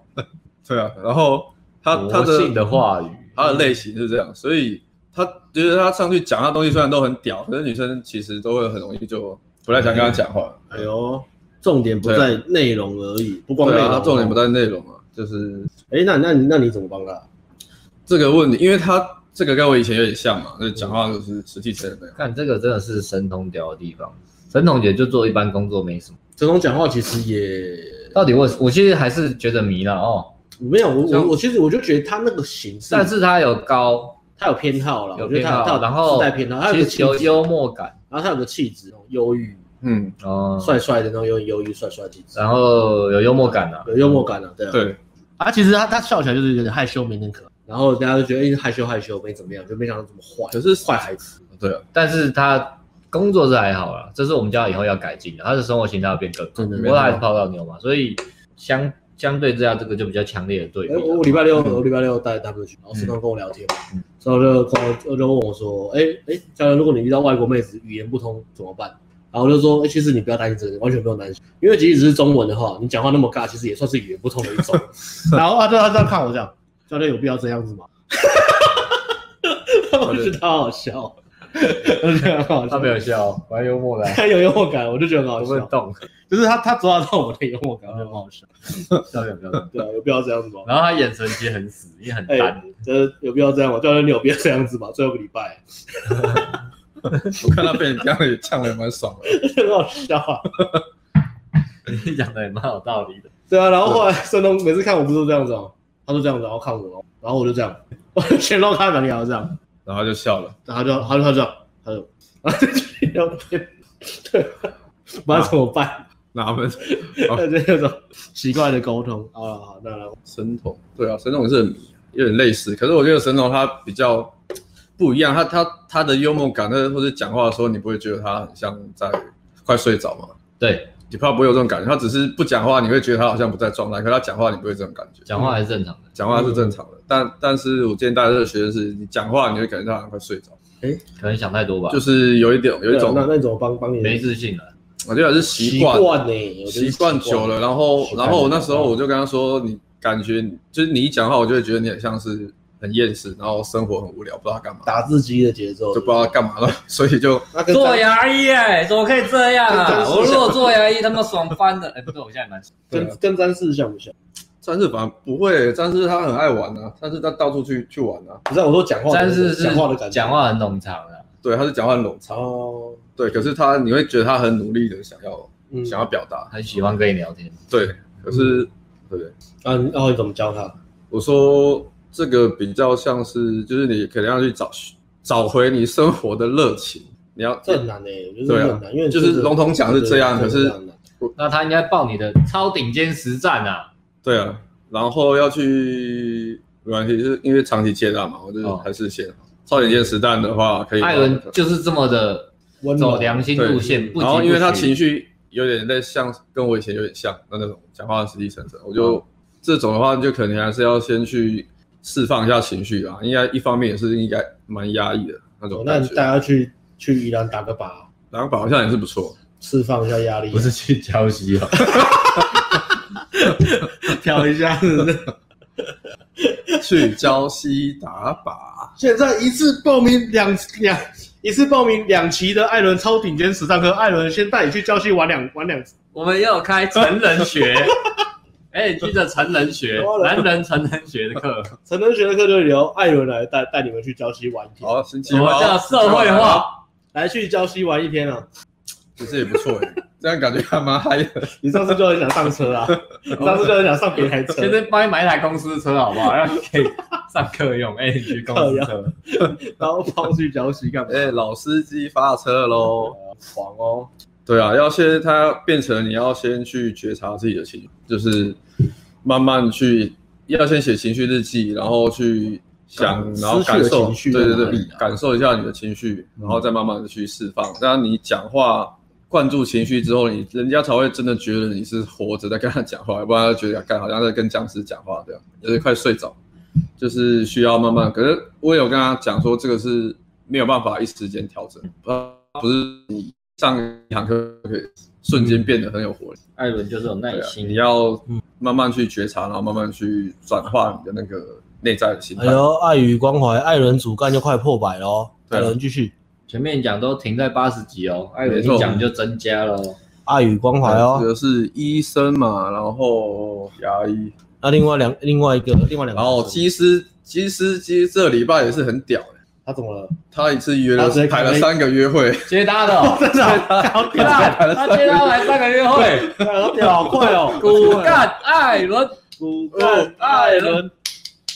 Speaker 2: 对啊，然后他他
Speaker 3: 魔
Speaker 2: 的
Speaker 3: 性的话语，
Speaker 2: 他的类型是这样，所以他觉得他上去讲他东西虽然都很屌，可是女生其实都会很容易就不太想跟他讲话。
Speaker 1: 哎呦，重点不在内容而已，不光内
Speaker 2: 对
Speaker 1: 容哦、
Speaker 2: 啊，他重点不在内容啊，就是
Speaker 1: 哎、那那你那你怎么帮他？
Speaker 2: 这个问题，因为他这个跟我以前有点像嘛，就讲话就是实际成人那样。
Speaker 3: 看这个真的是神童屌的地方。神童姐就做一般工作没什么，
Speaker 1: 这种讲话其实也
Speaker 3: 到底我我其实还是觉得迷了哦，
Speaker 1: 没有，我
Speaker 3: 像
Speaker 1: 我我其实我就觉得他那个形式，
Speaker 3: 但是他有高
Speaker 1: 他有偏好了，
Speaker 3: 有
Speaker 1: 我觉得
Speaker 3: 偏
Speaker 1: 他有他有
Speaker 3: 好，然后
Speaker 1: 自带偏好，他有
Speaker 3: 其
Speaker 1: 个
Speaker 3: 实
Speaker 1: 气
Speaker 3: 有
Speaker 1: 质，
Speaker 3: 幽默感
Speaker 1: 然后他有个气质，那种忧郁、
Speaker 2: 嗯，
Speaker 3: 哦，
Speaker 1: 帅帅的那种忧忧郁帅帅的气质，
Speaker 3: 然后有幽默感啊，
Speaker 1: 有幽默感的、啊，啊对啊。
Speaker 2: 对，
Speaker 1: 啊，其实他他笑起来就是有点害羞，没人可爱，然后大家就觉得哎、害羞害羞，没怎么样，就没想到这么坏，
Speaker 2: 可是
Speaker 1: 坏孩子。
Speaker 2: 对啊，
Speaker 3: 但是他工作是还好啦，这是我们家以后要改进的。他的生活形态要变更好，
Speaker 1: 真的
Speaker 3: 不过他还是泡到妞嘛，所以相相对之下，这个就比较强烈的对比
Speaker 1: 哎、。我我礼拜六我礼拜六带他们去，然后时常跟我聊天嘛，之后就跟我就问我说，哎、哎、教练，如果你遇到外国妹子语言不通怎么办？然后我就说，哎、其实你不要担心这个，完全不用担心，因为即使是中文的话，你讲话那么尬，其实也算是语言不通的一种。 <laughs> 然后啊，对他这样看我这样，教练有必要这样子吗？我觉得好好 <laughs> 笑，我觉得很好笑，
Speaker 3: 他没有笑，蛮幽默的、啊，
Speaker 1: 他 <laughs> 有幽默感，我就觉得很好
Speaker 3: 不会
Speaker 1: 笑，
Speaker 3: 动，
Speaker 1: 就是他他抓到我的幽默感，我觉得很好笑。
Speaker 3: 笑点比较动。
Speaker 1: <laughs> 对啊，有必要这样 <laughs> 子吗？
Speaker 3: 然后他眼神其实很死，也很
Speaker 1: 哎、
Speaker 3: 淡。
Speaker 1: 这有必要这样吗？教练，你有必要这样子吗？最后一个礼拜，
Speaker 2: 我看他被你这样也呛的蛮爽
Speaker 1: <laughs>
Speaker 2: 的。
Speaker 1: 很好笑啊。
Speaker 3: 你讲的也蛮有道理的。
Speaker 1: 对啊，然后后来孙东每次看我不是都这样子哦，他就这样子，然后看我，然后我就这样， <laughs> 我全都看到你好这样，
Speaker 2: 然后他就笑了，
Speaker 1: 然后他就他就他就这样，他就然后就去聊天，对， <laughs> 不知道怎么办，
Speaker 2: 哪门好
Speaker 1: 那就那种奇怪的沟通啊，好那然后
Speaker 2: <laughs> 神童？对啊，神童也是很迷有点类似，可是我觉得神童他比较不一样，他他他的幽默感，那或者讲话的时候，你不会觉得他很像在快睡着吗？
Speaker 3: 对，
Speaker 2: 你怕不会有这种感觉，他只是不讲话，你会觉得他好像不在状态，可他讲话你不会这种感觉，
Speaker 3: 讲话还是正常的。
Speaker 2: 讲话是正常
Speaker 1: 嗯
Speaker 2: 的，但但是我建议大家的学生是，你讲话你会感觉到他很快睡着，
Speaker 3: 可能想太多吧，
Speaker 2: 就是有一点有一种
Speaker 1: 啊对啊那那你怎么帮帮你
Speaker 3: 没自信了。
Speaker 2: 我觉得是
Speaker 1: 习
Speaker 2: 习惯，
Speaker 1: 惯呢？我觉得
Speaker 2: 习
Speaker 1: 是
Speaker 2: 惯久了。，然后
Speaker 1: 习，惯
Speaker 2: 然后我那时候我就跟他说，你感觉就是你一讲话，我就会觉得你很像是很厌世，然后生活很无聊，不知道干嘛，
Speaker 1: 打字机的节奏
Speaker 2: 就不知道干嘛了， <laughs> 所以就
Speaker 1: 那跟
Speaker 3: 做
Speaker 1: 张
Speaker 3: 牙医哎、怎么可以这样
Speaker 1: 跟
Speaker 3: 啊？
Speaker 1: 张
Speaker 3: 我如果做牙医，他妈爽翻了。哎、不对，我现在也蛮爽。
Speaker 2: 对啊
Speaker 1: 跟跟詹士像不像？
Speaker 2: 詹士反而不会，詹士他很爱玩啊，但是他到处去去玩啊，
Speaker 1: 不是我说讲话的，
Speaker 3: 但是是
Speaker 1: 讲话的感觉，
Speaker 3: 讲话很冗长啊，
Speaker 2: 对，他是讲话很冗长，
Speaker 1: 哦，
Speaker 2: 对，可是他你会觉得他很努力的想要、
Speaker 1: 嗯
Speaker 2: 想要表达，
Speaker 3: 很喜欢跟你聊天。
Speaker 2: 对，可是、对，
Speaker 1: 啊，你然后你怎么教他？
Speaker 2: 我说这个比较像是就是你可能要去找找回你生活的热情，你要
Speaker 1: 这很难诶，我觉
Speaker 2: 对
Speaker 1: 得
Speaker 2: 啊
Speaker 1: 这很难，因为
Speaker 2: 就是笼统讲是这样
Speaker 1: 对
Speaker 2: 可是
Speaker 1: 这很难
Speaker 3: 那他应该报你的超顶尖实战啊！
Speaker 2: 对啊，然后要去没关系，就是因为长期接单嘛，我就是
Speaker 3: 哦
Speaker 2: 还是先超点见实弹的话可以。
Speaker 3: 艾伦就是这么的
Speaker 1: 温柔
Speaker 3: 走良心路线，不
Speaker 2: 然后
Speaker 3: 急
Speaker 2: 因为他
Speaker 3: 不徐
Speaker 2: 情。绪有点类像跟我以前有点像的那种讲话死气沉沉，我
Speaker 3: 哦
Speaker 2: 就、这种的话就可能还是要先去释放一下情绪啊，应该一方面也是应该蛮压抑的那
Speaker 3: 哦
Speaker 2: 种
Speaker 1: 哦那
Speaker 2: 感
Speaker 1: 你
Speaker 2: 觉。
Speaker 1: 带他去去宜兰打个靶，
Speaker 2: 然后好像也是不错，
Speaker 1: 释放一下压力。
Speaker 3: 不是去礁溪哦，
Speaker 1: 调一下，
Speaker 2: 去 <laughs> 礁溪打靶，
Speaker 1: <laughs> 现在一次报名两两一次报名两期的艾伦超顶尖实战课，艾伦先带你去郊区玩两玩两次。
Speaker 3: <laughs> 我们要开成人学哎，LG 的成人学，男人成人学的
Speaker 2: <laughs>
Speaker 3: 课，
Speaker 1: 成人学的课就留艾伦来带带你们去郊区玩一天，
Speaker 2: 好，神奇
Speaker 3: 什么
Speaker 2: 好
Speaker 3: 叫社会，
Speaker 2: 啊
Speaker 3: 化？
Speaker 1: 来去郊区玩一天啊！
Speaker 2: 其实也不错耶，这样感觉还蛮嗨的。
Speaker 1: 你上次就很想上车 <laughs> 啊，你上次就很想上别台车
Speaker 3: 现，在帮你买一台公司车好不好？让你可以上课用 LG 公司车。
Speaker 1: 然后跑去郊区干嘛？
Speaker 2: 哎、老司机发车喽！
Speaker 1: 爽哦！
Speaker 2: 对啊，要先它变成你要先去觉察自己的情绪，就是慢慢去要先写情绪日记，然后去想，
Speaker 1: 感
Speaker 2: 然后
Speaker 1: 失去
Speaker 2: 感
Speaker 1: 的
Speaker 2: 受，
Speaker 1: 情哦绪
Speaker 2: 对对
Speaker 1: 在哪里
Speaker 2: 对
Speaker 1: 啊，
Speaker 2: 感受一下你的情绪，然后再慢慢的去释放。让你讲话灌注情绪之后，你人家才会真的觉得你是活着在跟他讲话，要不然他觉得干好像在跟僵尸讲话这样，有点快睡着。就是需要慢慢，可是我有跟他讲说，这个是没有办法一时间调整，呃，不是你上一堂课就可以瞬间变得很有活力，
Speaker 3: 艾伦就是有耐
Speaker 2: 对啊，你要慢慢去觉察，然后慢慢去转化你的那个内在的心态。
Speaker 1: 哎呦，爱与关怀，艾伦主干就快破百喽！
Speaker 2: 对啊艾伦
Speaker 1: 继续，
Speaker 3: 前面讲都停在八十几哦，艾伦
Speaker 2: 没错
Speaker 3: 一讲就增加了哦。
Speaker 1: 爱与关
Speaker 2: 啊
Speaker 1: 哦
Speaker 2: 这个是医生嘛，然后牙医，
Speaker 1: 那另外两另外一个另外两
Speaker 2: 然后技师，技师机这礼拜也是很屌、欸，
Speaker 1: 他怎么了？ <laughs>
Speaker 2: 他一次约了
Speaker 1: 他直接开
Speaker 2: 排
Speaker 1: 了
Speaker 2: 了
Speaker 1: 一
Speaker 2: 三个约会，
Speaker 3: 接搭的哦，
Speaker 1: 真的好屌
Speaker 3: 干他接搭来上个约会，
Speaker 1: 好屌，好快哦！
Speaker 3: 骨干艾伦，
Speaker 1: 骨干艾伦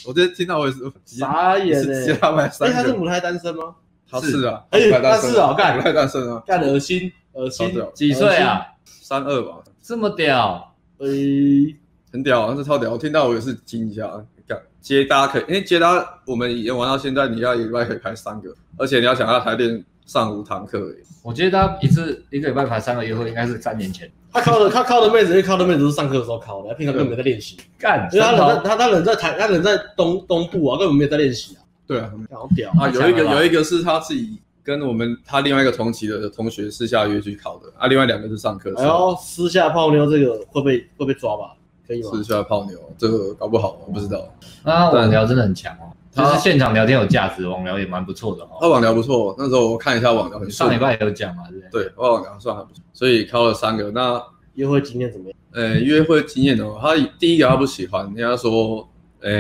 Speaker 2: 我今天听到我也是
Speaker 1: 傻
Speaker 2: 也
Speaker 1: 眼
Speaker 2: 是
Speaker 1: 哎
Speaker 2: 接！他买三
Speaker 1: 哎，
Speaker 2: 个，
Speaker 1: 他是母胎单身吗？
Speaker 2: 他是啊，
Speaker 1: 哎
Speaker 2: 母胎单身
Speaker 1: 他是哦干
Speaker 2: 母胎单身啊，
Speaker 1: 干恶心，恶心
Speaker 2: 超，屌
Speaker 3: 几岁啊？
Speaker 2: 三二吧，
Speaker 3: 这么屌，
Speaker 1: 恶心？
Speaker 2: 很屌，啊，这超屌！我听到我也是惊一下，干接搭可以，因为接搭我们以前玩到现在，你要一个礼拜可以排三个，而且你要想要台练上五堂课而已，
Speaker 3: 我觉得他一次一个礼拜排三个约会，应该是三年前。
Speaker 1: 哎，他靠的他靠的妹子，因为靠的妹子都是上课的时候靠的，他平常根本没在练习，
Speaker 3: 干，哦
Speaker 1: 因为他
Speaker 3: 神
Speaker 1: 人在
Speaker 3: 童
Speaker 1: 他他人在台，他人在东东部啊，根本没有在练习啊，哎
Speaker 2: 对啊，
Speaker 1: 干好屌！
Speaker 2: 啊有一个
Speaker 3: 太强了吧
Speaker 2: 有一个是他自己跟我们他另外一个同期的同学私下约去考的，啊，另外两个是上课，
Speaker 1: 哎呦，私下泡妞这个会被会被抓吧？可以吗？
Speaker 2: 是出来泡妞，这个搞不好我不知道，
Speaker 3: 啊，网聊真的很强哦，就
Speaker 2: 他
Speaker 3: 是现场聊天有价值，网聊也蛮不错的
Speaker 2: 他
Speaker 3: 哦。
Speaker 2: 啊网聊不错，那时候我看一下网聊很
Speaker 3: 上
Speaker 2: 顺
Speaker 3: 礼，拜也有讲嘛，对不对？
Speaker 2: 对，我网聊算还不错，所以考了三个，那
Speaker 1: 约会经验怎么样？
Speaker 2: 呃，约会经验的话，他第一个他不喜欢，人家说，呃，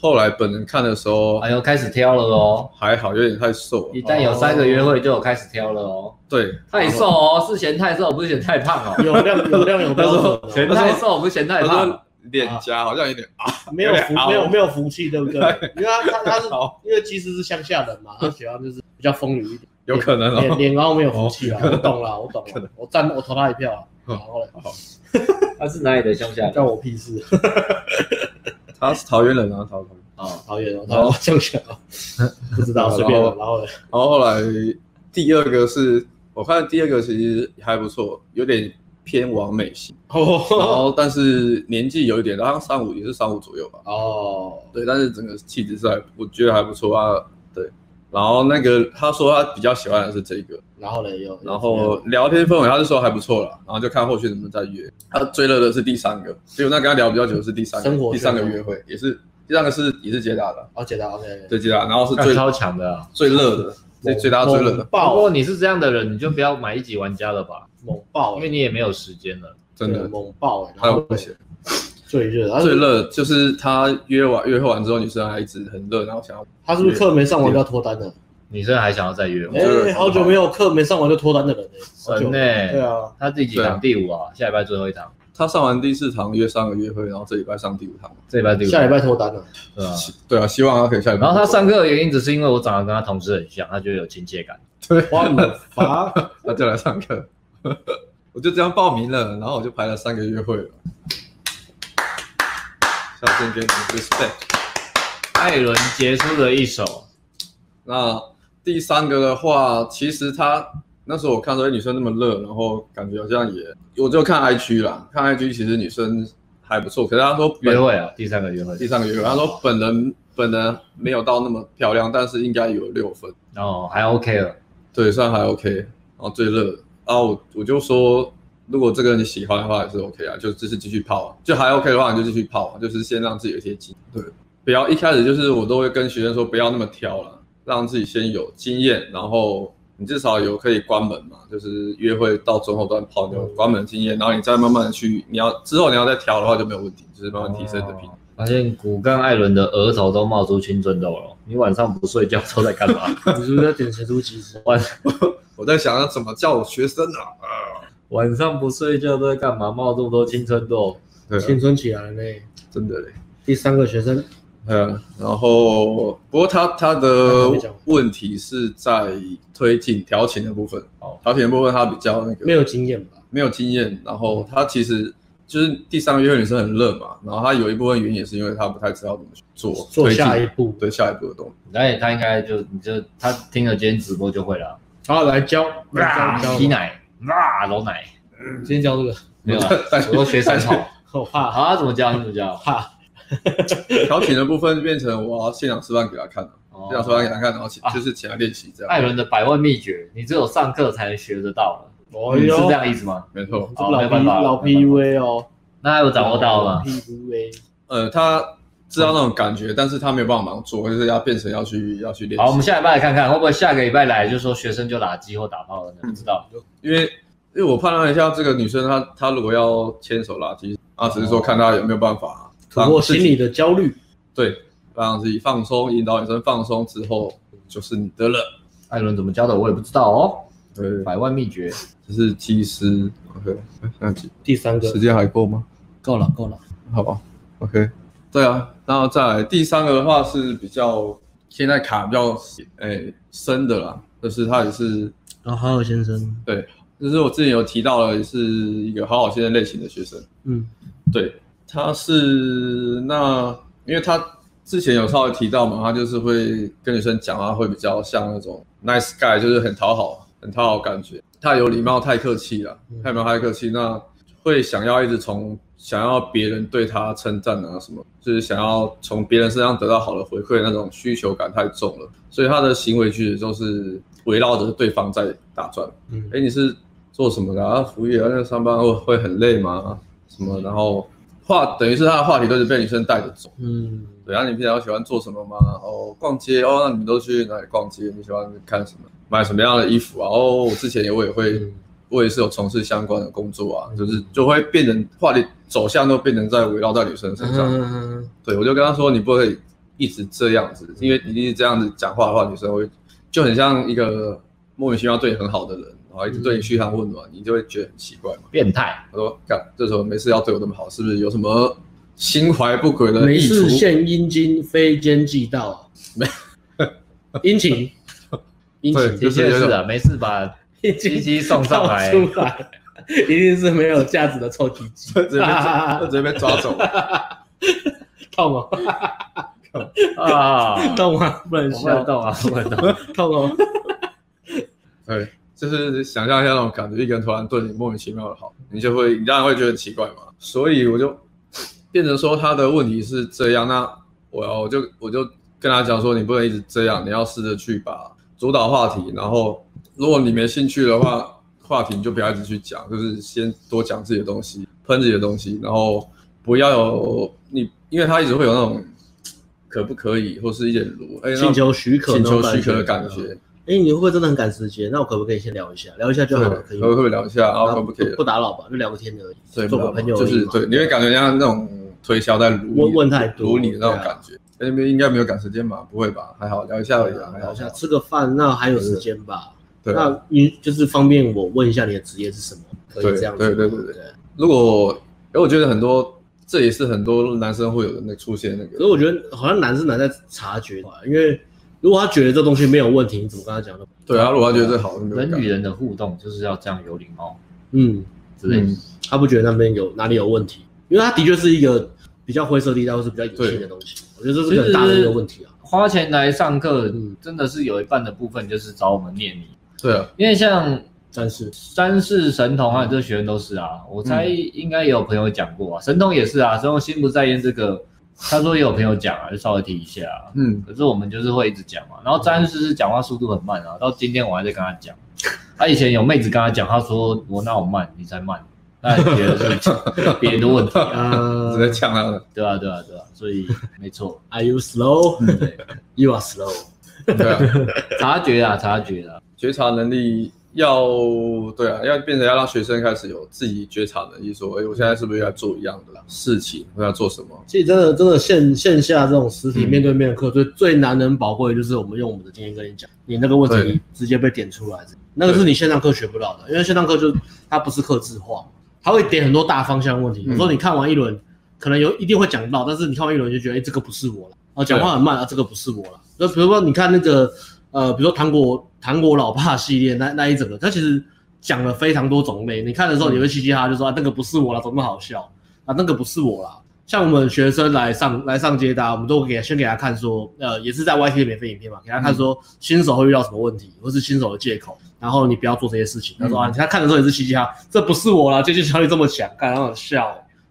Speaker 2: 后来本人看的时候
Speaker 3: 哎呦，开始挑了哦，
Speaker 2: 还好，有点太瘦
Speaker 3: 一
Speaker 2: 了。
Speaker 3: 旦有三个约会就有开始挑了哦。
Speaker 2: 对，
Speaker 3: 太瘦哦，是嫌太瘦，不是嫌太胖 <laughs> 哦。
Speaker 1: 有量有量有标
Speaker 2: <laughs>
Speaker 3: 嫌
Speaker 1: 准
Speaker 3: 太瘦，不是嫌
Speaker 2: 他
Speaker 3: 太胖。
Speaker 2: 说脸颊好像有点
Speaker 1: 啊，没有福没有没有福气，对不对？因为他他他是因为其实是乡下人嘛，他喜欢就是比较风雨一点。
Speaker 2: 有可能
Speaker 1: 脸
Speaker 2: 哦。
Speaker 1: 脸凹没有福气啊！我懂了，我懂了，我站我投他一票啊。
Speaker 2: 嗯
Speaker 1: 然后嘞，
Speaker 3: 他是哪里的乡下
Speaker 1: 干我屁事！
Speaker 2: 他是桃园人啊，桃园。
Speaker 3: 哦，
Speaker 1: 桃园哦，桃园乡下哦，不知道
Speaker 2: 好
Speaker 1: 随便了。
Speaker 2: <laughs> 然后
Speaker 1: 然后嘞，
Speaker 2: 然后后来第二个是我看第二个其实还不错，有点偏完美型，然
Speaker 1: 哦
Speaker 2: 后但是年纪有一点，然后三五也是三五左右吧。
Speaker 1: 哦，
Speaker 2: 对，但是整个气质是还我觉得还不错啊。对，然后那个他说他比较喜欢的是这个。
Speaker 1: 然后嘞又
Speaker 2: 然后聊天氛围，他是说还不错了，然后就看后续能不能再约。他最热的是第三个，所以我那跟他聊比较久的是第三
Speaker 1: 生活
Speaker 2: 个，第三个
Speaker 1: 圈吗
Speaker 2: 约会也是第三个是也是接搭的，
Speaker 1: 哦，解答 OK，
Speaker 2: 对接搭，然后是
Speaker 3: 那
Speaker 2: 最
Speaker 3: 超强的啊。
Speaker 2: 最热的，最最搭最热
Speaker 1: 猛
Speaker 2: 的，
Speaker 3: 不过
Speaker 1: 爆
Speaker 3: 你是这样的人，你就不要买一级玩家了吧，
Speaker 1: 猛爆
Speaker 3: 因
Speaker 1: 欸，
Speaker 3: 为你也没有时间了。
Speaker 2: 真
Speaker 1: 对
Speaker 2: 的
Speaker 1: 猛爆哎，
Speaker 2: 还
Speaker 1: 然
Speaker 2: 有
Speaker 1: 后
Speaker 2: 不行。
Speaker 1: 最热，他
Speaker 2: 最
Speaker 1: 是
Speaker 2: 热就是他约完约会完之后，女生还一直很热，然后想要
Speaker 1: 他是不是课没上完就要脱单了？
Speaker 3: 女生还想要再约我
Speaker 1: 哎、，好久没有课没上完就脱单的人哎、好久
Speaker 3: 神呢、
Speaker 1: 对啊，
Speaker 3: 他第几
Speaker 2: 对啊
Speaker 3: 堂？第五啊，下礼拜最后一堂，
Speaker 2: 他上完第四堂约上个约会，然后这礼拜上第五堂。
Speaker 3: 这礼拜第五堂，
Speaker 1: 下礼拜脱单了、
Speaker 3: 对啊。
Speaker 2: 希对啊，希望他可以下礼拜。
Speaker 3: 然后他上课的原因只是因为我长得跟他同事很像，他觉得有亲切感。
Speaker 1: 花米罚
Speaker 2: 他就来上课， <laughs> 我就这样报名了，然后我就排了三个月会了。下次给你们 respect。
Speaker 3: 艾伦结束了一首，
Speaker 2: 那第三个的话，其实他那时候我看到哎女生那么热，然后感觉好像也，我就看 IG 啦，看 IG 其实女生还不错，可是他说本
Speaker 3: 约会啊，第三个约会，
Speaker 2: 第三个月会，他说本人本人没有到那么漂亮，但是应该有六分。
Speaker 3: 哦，还 OK 了，
Speaker 2: 对，算还 OK。然后最热的啊，我我就说，如果这个你喜欢的话也是 OK 啊，就就是继续泡、啊，就还 OK 的话你就继续泡、啊，就是先让自己有一些经对，不要一开始就是我都会跟学生说不要那么挑了，让自己先有经验，然后你至少有可以关门嘛，就是约会到中后段泡你有关门的经验，然后你再慢慢的去，你要之后你要再挑的话就没有问题，就是慢慢哦提升你的品质。
Speaker 3: 哦发现骨干艾伦的额头都冒出青春痘了。你晚上不睡觉都在干嘛？ <laughs>
Speaker 1: 你是不是在点咸酥鸡吃？
Speaker 3: 晚
Speaker 2: 我在想要怎么叫我学生啊？
Speaker 3: 晚上不睡觉都在干嘛？冒这么多青春痘，
Speaker 2: 对啊
Speaker 1: 青春起来了呢、
Speaker 2: 真的嘞。
Speaker 1: 第三个学生
Speaker 2: 嗯，然后不过他他的问题是在推进调情的部分，
Speaker 3: 哦
Speaker 2: 调情的部分他比较那个
Speaker 1: 没有经验吧？
Speaker 2: 没有经验，然后他其实就是第三个约会女生很热嘛，然后他有一部分原因也是因为他不太知道怎么去做
Speaker 1: 做
Speaker 2: 推进
Speaker 1: 下一步，
Speaker 2: 对下一步的动作，
Speaker 3: 哎，他应该就你就他听了今天直播就会了。
Speaker 1: 好来教，来
Speaker 3: 哇，
Speaker 1: 教
Speaker 3: 吸
Speaker 1: 教，
Speaker 3: 奶，哇，揉奶，
Speaker 1: 今天教这 <laughs> 个，
Speaker 3: 没
Speaker 2: <laughs>
Speaker 3: 有啊，我都学三草。
Speaker 1: 我怕
Speaker 3: 好，
Speaker 2: 啊
Speaker 3: 他怎么教？你怎么教？
Speaker 1: 怕，
Speaker 2: 调情的部分变成我要现场示范给他看，
Speaker 3: <laughs> 哦
Speaker 2: 现场示范给他看，然后请
Speaker 3: 啊哎
Speaker 2: 就是请他练习这
Speaker 3: 艾
Speaker 2: 样，
Speaker 3: 伦的百万秘诀，你只有上课才能学得到，
Speaker 1: 哦
Speaker 2: 哎
Speaker 3: 是
Speaker 1: 哟，
Speaker 3: 这样意思吗？
Speaker 2: 没错，
Speaker 1: 这个老
Speaker 3: 哦没办
Speaker 1: P
Speaker 3: 法
Speaker 1: 老
Speaker 3: 没办法
Speaker 1: PUA 哦，
Speaker 3: 那他有掌握到了吗？
Speaker 1: ？PUA，
Speaker 2: 呃，他知道那种感觉，但是他没有办法马上做，就是要变成要去要去练
Speaker 3: 好，我
Speaker 2: 习
Speaker 3: 们。下礼拜来看看，会不会下个礼拜来就说学生就打机或打炮了呢？不知道。
Speaker 2: 因为因为我判断了一下，这个女生她她如果要牵手拉鸡啊，只是说看她有没有办法
Speaker 1: 突
Speaker 2: 让
Speaker 1: 破
Speaker 2: 自
Speaker 1: 心
Speaker 2: 己
Speaker 1: 理的焦虑，
Speaker 2: 对，让自己放松，引导女生放松之后就是你的了。
Speaker 3: 艾伦怎么教的我也不知道哦。
Speaker 2: 对，
Speaker 3: 百万秘诀，
Speaker 2: 这是技师。OK，那几
Speaker 1: 第三个
Speaker 2: 时间还够吗？
Speaker 1: 够了够了，
Speaker 2: 好吧，OK。对啊，然后再来第三个的话是比较现在卡比较诶、深的啦，就是她也是
Speaker 1: 然后哦好好先生，
Speaker 2: 就是我之前有提到了，是一个好好先生类型的学生。
Speaker 1: 嗯，
Speaker 2: 对，他是那，因为他之前有稍微提到嘛，他就是会跟女生讲话，会比较像那种 nice guy，就是很讨好，很讨好感觉，太有礼貌，太客气了，太没有太客气，那会想要一直从想要别人对他称赞啊什么，就是想要从别人身上得到好的回馈，那种需求感太重了，所以他的行为举止都是围绕着对方在打转。
Speaker 1: 嗯
Speaker 2: 哎，你是做什么的啊？服务业啊，那上班会会很累吗？啊什么？然后话等于是他的话题都是被女生带着走。
Speaker 1: 嗯，
Speaker 2: 对，然啊后你平常喜欢做什么吗？哦，逛街哦，那你们都去哪里逛街？你喜欢看什么？买什么样的衣服啊？哦，我之前也我也会，
Speaker 1: 嗯
Speaker 2: 我也是有从事相关的工作啊，就是就会变成话题走向都变成在围绕在女生身上。
Speaker 1: 嗯
Speaker 2: 对，我就跟他说，你不可以一直这样子，因为你一直这样子讲话的话，女生会就很像一个莫名其妙对你很好的人，然后一直
Speaker 1: 嗯
Speaker 2: 对你嘘寒问暖，你就会觉得很奇怪嘛。
Speaker 3: 变态，
Speaker 2: 我说，干，这时候没事要对我那么好，是不是有什么心怀不轨的
Speaker 1: 没
Speaker 2: 意呃图
Speaker 1: 事？献阴茎，非奸即盗，没 <laughs> 殷勤，殷
Speaker 2: 对
Speaker 1: 勤，
Speaker 3: 的
Speaker 2: 就是有
Speaker 3: 确
Speaker 2: 一
Speaker 3: 是
Speaker 2: 种
Speaker 3: 啊，没事把
Speaker 1: 殷
Speaker 3: 鸡
Speaker 1: 勤
Speaker 3: 鸡送上来，
Speaker 1: 出来， <laughs> 一定是没有价值的臭鸡鸡，
Speaker 2: 直接被抓直接被抓走，
Speaker 1: 痛哦，
Speaker 2: <laughs>
Speaker 3: 啊，
Speaker 1: 痛啊，不能
Speaker 3: 我不能
Speaker 1: 笑，
Speaker 3: 动啊，我不能动，
Speaker 1: 痛哦，
Speaker 2: 对，哎就是想象一下那种感觉，一个人突然对你莫名其妙的好，你就会，你当然会觉得很奇怪嘛。所以我就变成说他的问题是这样，那我要我就我就跟他讲说，你不能一直这样，你要试着去把主导话题，然后如果你没兴趣的话，话题你就不要一直去讲，就是先多讲自己的东西，喷自己的东西，然后不要有你，因为他一直会有那种可不可以，或是一点如哎，那
Speaker 1: 请求许可，
Speaker 2: 请求许可的感觉。。
Speaker 1: 哎，你会不会真的很赶时间？那我可不可以先聊一下？聊一下就好了，可
Speaker 2: 对，
Speaker 1: 以
Speaker 2: 可
Speaker 1: 吗？
Speaker 2: 不可以聊一下？然后可啊不可以
Speaker 1: 不打扰吧，就聊个天而已，
Speaker 2: 对
Speaker 1: 做个朋友而已
Speaker 2: 就是
Speaker 1: 嘛
Speaker 2: 对，你会感觉像那种推销在撸你
Speaker 1: 问问太多
Speaker 2: 撸你的那种
Speaker 1: 对啊
Speaker 2: 感觉。哎那边应该没有赶时间吧？不会吧？还好聊一下而已啊，还好
Speaker 1: 好。像吃个饭，那还有时间吧？
Speaker 2: 对啊，
Speaker 1: 那你就是方便我问一下你的职业是什么？可以
Speaker 2: 对
Speaker 1: 这样子吗，
Speaker 2: 对对对对如果，因为我觉得很多，这也是很多男生会有的那出现那
Speaker 1: 可是
Speaker 2: 个，啊
Speaker 1: 我觉得好像难是难在察觉吧，因为如果他觉得这东西没有问题，你怎么跟他讲呢？
Speaker 2: 对啊，如果他觉得这好，就没有
Speaker 3: 人
Speaker 2: 干
Speaker 3: 与人的互动就是要这样有礼貌
Speaker 1: 嗯，
Speaker 3: 之类的。
Speaker 2: 嗯
Speaker 1: 他不觉得那边有哪里有问题，因为他的确是一个比较灰色地带或是比较隐性的东西，我觉得这是个很大的一个问题啊。
Speaker 3: 花钱来上课
Speaker 1: 嗯，
Speaker 3: 真的是有一半的部分就是找我们念你，
Speaker 2: 对啊，
Speaker 3: 因为像
Speaker 1: 但
Speaker 2: <laughs>
Speaker 1: 是
Speaker 3: 三世神童还有这学员都是啊，
Speaker 1: 嗯
Speaker 3: 我猜应该也有朋友讲过啊，神童也是啊，神童心不在焉这个，他说也有朋友讲啊，就稍微提一下、啊。
Speaker 2: 嗯，
Speaker 3: 可是我们就是会一直讲嘛，然后詹士是讲话速度很慢啊，到今天我还在跟他讲，他以前有妹子跟他讲，他说我那我慢，你才慢，那你觉得是 <laughs> 别人的问题啊，
Speaker 2: 直接
Speaker 1: 呃
Speaker 2: 呛他了，
Speaker 3: 对啊对啊对啊，所以没错，
Speaker 1: ，Are you slow?
Speaker 3: 对，
Speaker 2: 嗯
Speaker 1: <laughs> You are slow.
Speaker 2: 对啊， <laughs>
Speaker 3: 察觉啊察觉啊，
Speaker 2: 觉察能力要对啊，要变成要让学生开始有自己觉察能力，说，哎、我现在是不是要做一样的事情，我要做什么？
Speaker 1: 其实真的真的线线下这种实体
Speaker 2: 嗯
Speaker 1: 面对面的课，最、最难能宝贵的就是我们用我们的经验跟你讲，你那个问
Speaker 2: 对
Speaker 1: 题直接被点出来，那个是你线上课学不到的，因为线上课就它不是克制化，它会点很多大方向问题。
Speaker 2: 嗯
Speaker 1: 有时候你看完一轮，可能有一定会讲到，但是你看完一轮就觉得，哎、这个不是我了，啊，讲话很慢啊，这个不是我了。那比如说你看那个呃，比如说糖果糖果老爸系列那那一整个，它其实讲了非常多种类，你看的时候你会嘻嘻哈哈，就说啊，那个不是我了，怎么那么好笑？啊，那个不是我啦。像我们学生来上来上接搭，我们都给先给他看说，呃，也是在 YT 的免费影片嘛，给他看说新手会遇到什么问题，或是新手的借口，然后你不要做这些事情。他说、
Speaker 2: 嗯
Speaker 1: 啊，他看的时候也是嘻嘻哈哈，这不是我啦，接近小雨这么强，看然后很笑、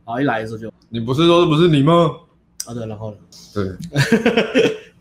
Speaker 1: 然后一来的时候就
Speaker 2: 你不是说这不是你吗？
Speaker 1: 啊对，然后呢，
Speaker 2: 对，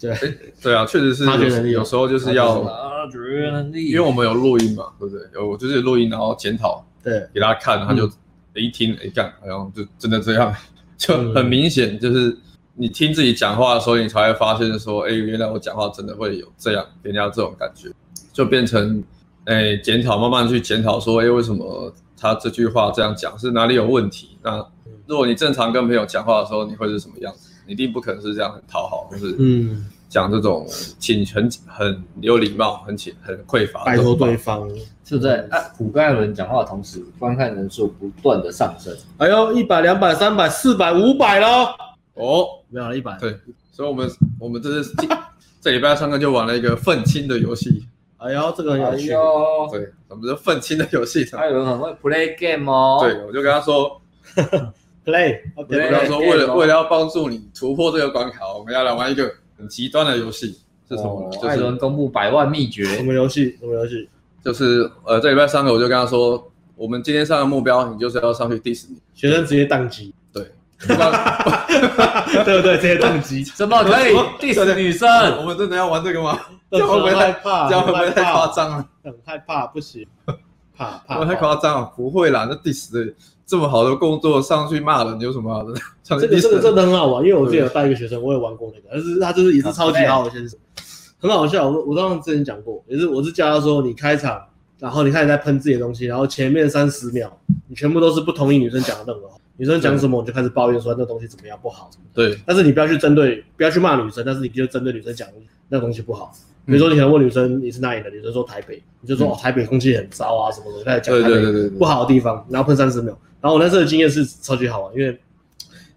Speaker 1: 对
Speaker 2: 哎对啊，确实是
Speaker 1: 察觉能
Speaker 2: 有
Speaker 1: 力
Speaker 2: 有时候就是
Speaker 1: 察觉能
Speaker 2: 要，
Speaker 3: 察觉能力，
Speaker 2: 因为我们有录音嘛，对不对？有就是录音，然后检讨
Speaker 1: 对，
Speaker 2: 给大家看，他就一听哎干，好像就真的这样，就
Speaker 1: 嗯
Speaker 2: 很明显，就是你听自己讲话的时候，你才会发现说，哎，原来我讲话真的会有这样给人家这种感觉，就变成哎检讨，慢慢去检讨说，哎，为什么他这句话这样讲是哪里有问题？那如果你正常跟朋友讲话的时候，你会是什么样子？你一定不可能是这样很讨好，或是
Speaker 1: 嗯，
Speaker 2: 讲这种请很很有礼貌、很请很匮乏
Speaker 1: 拜
Speaker 2: 的这
Speaker 1: 托
Speaker 2: 种话，
Speaker 1: 对方。
Speaker 3: 就在啊苦盖伦讲话的同时，观看人数不断的上升，
Speaker 1: 哎呦，一百、两百、三百、四百、五百喽！
Speaker 2: 哦。
Speaker 1: 没有了，一百。
Speaker 2: 对所以我们我们这是这礼拜上课就玩了一个愤青的游戏，
Speaker 1: 哎呦，这个很
Speaker 3: 哎
Speaker 1: 有趣。
Speaker 3: 呦，
Speaker 2: 对，我们是愤青的游戏。
Speaker 3: 艾伦很会 play game 哦。
Speaker 2: 对，，我就跟他说，
Speaker 1: Play，
Speaker 3: 哎
Speaker 2: 我就跟他说，为了为了要帮助你突破这个关卡，我们要来玩一个很极端的游戏，是什么呢？就
Speaker 3: 哦艾
Speaker 2: 是
Speaker 3: 伦公布百万
Speaker 1: 什
Speaker 3: 秘诀，
Speaker 1: 么游戏？什么游戏？
Speaker 2: 就是呃，这礼拜上课我就跟他说，我们今天上的目标，你就是要上去 diss
Speaker 3: <laughs>
Speaker 2: 你，
Speaker 1: 学生直接宕机， <laughs>
Speaker 2: 对，不然
Speaker 1: 对不对？直接宕机，
Speaker 3: 怎么可
Speaker 1: 哦
Speaker 3: 以 diss 啊女生？
Speaker 2: 我们真的要玩这个吗？
Speaker 1: 这
Speaker 2: 这样会不会太
Speaker 1: 很害怕
Speaker 2: 这样会不会
Speaker 1: 很
Speaker 2: 太
Speaker 1: 害怕
Speaker 2: 夸张啊了？
Speaker 1: 很害怕，不行，怕怕。
Speaker 2: 我太
Speaker 1: 怕
Speaker 2: 夸张了，不会啦，那 diss 的这么好的工作上去骂人有什么好 <laughs> 的？上去
Speaker 1: 这个
Speaker 2: diss
Speaker 1: 这个
Speaker 2: 人
Speaker 1: 真的很好玩，因为我之前有带一个学生，我也玩过那个，但是他就是也是超级好的先生，很好笑。我我当时之前讲过，也是我是教他说，你开场，然后你开始在喷自己的东西，然后前面三十秒你全部都是不同意女生讲的任何话，女生讲什么我就开始抱怨说那东西怎么样不好，
Speaker 2: 对，
Speaker 1: 但是你不要去针对，不要去骂女生，但是你就针对女生讲那东西不好。比如说，你可能问女生你是哪里的，女生说台北，你就说、
Speaker 2: 嗯
Speaker 1: 哦台北空气很糟啊什么的，开始讲
Speaker 2: 对
Speaker 1: 台
Speaker 2: 对
Speaker 1: 北
Speaker 2: 对对对
Speaker 1: 不好的地方，然后喷三十秒。然后我那次的经验是超级好玩，因为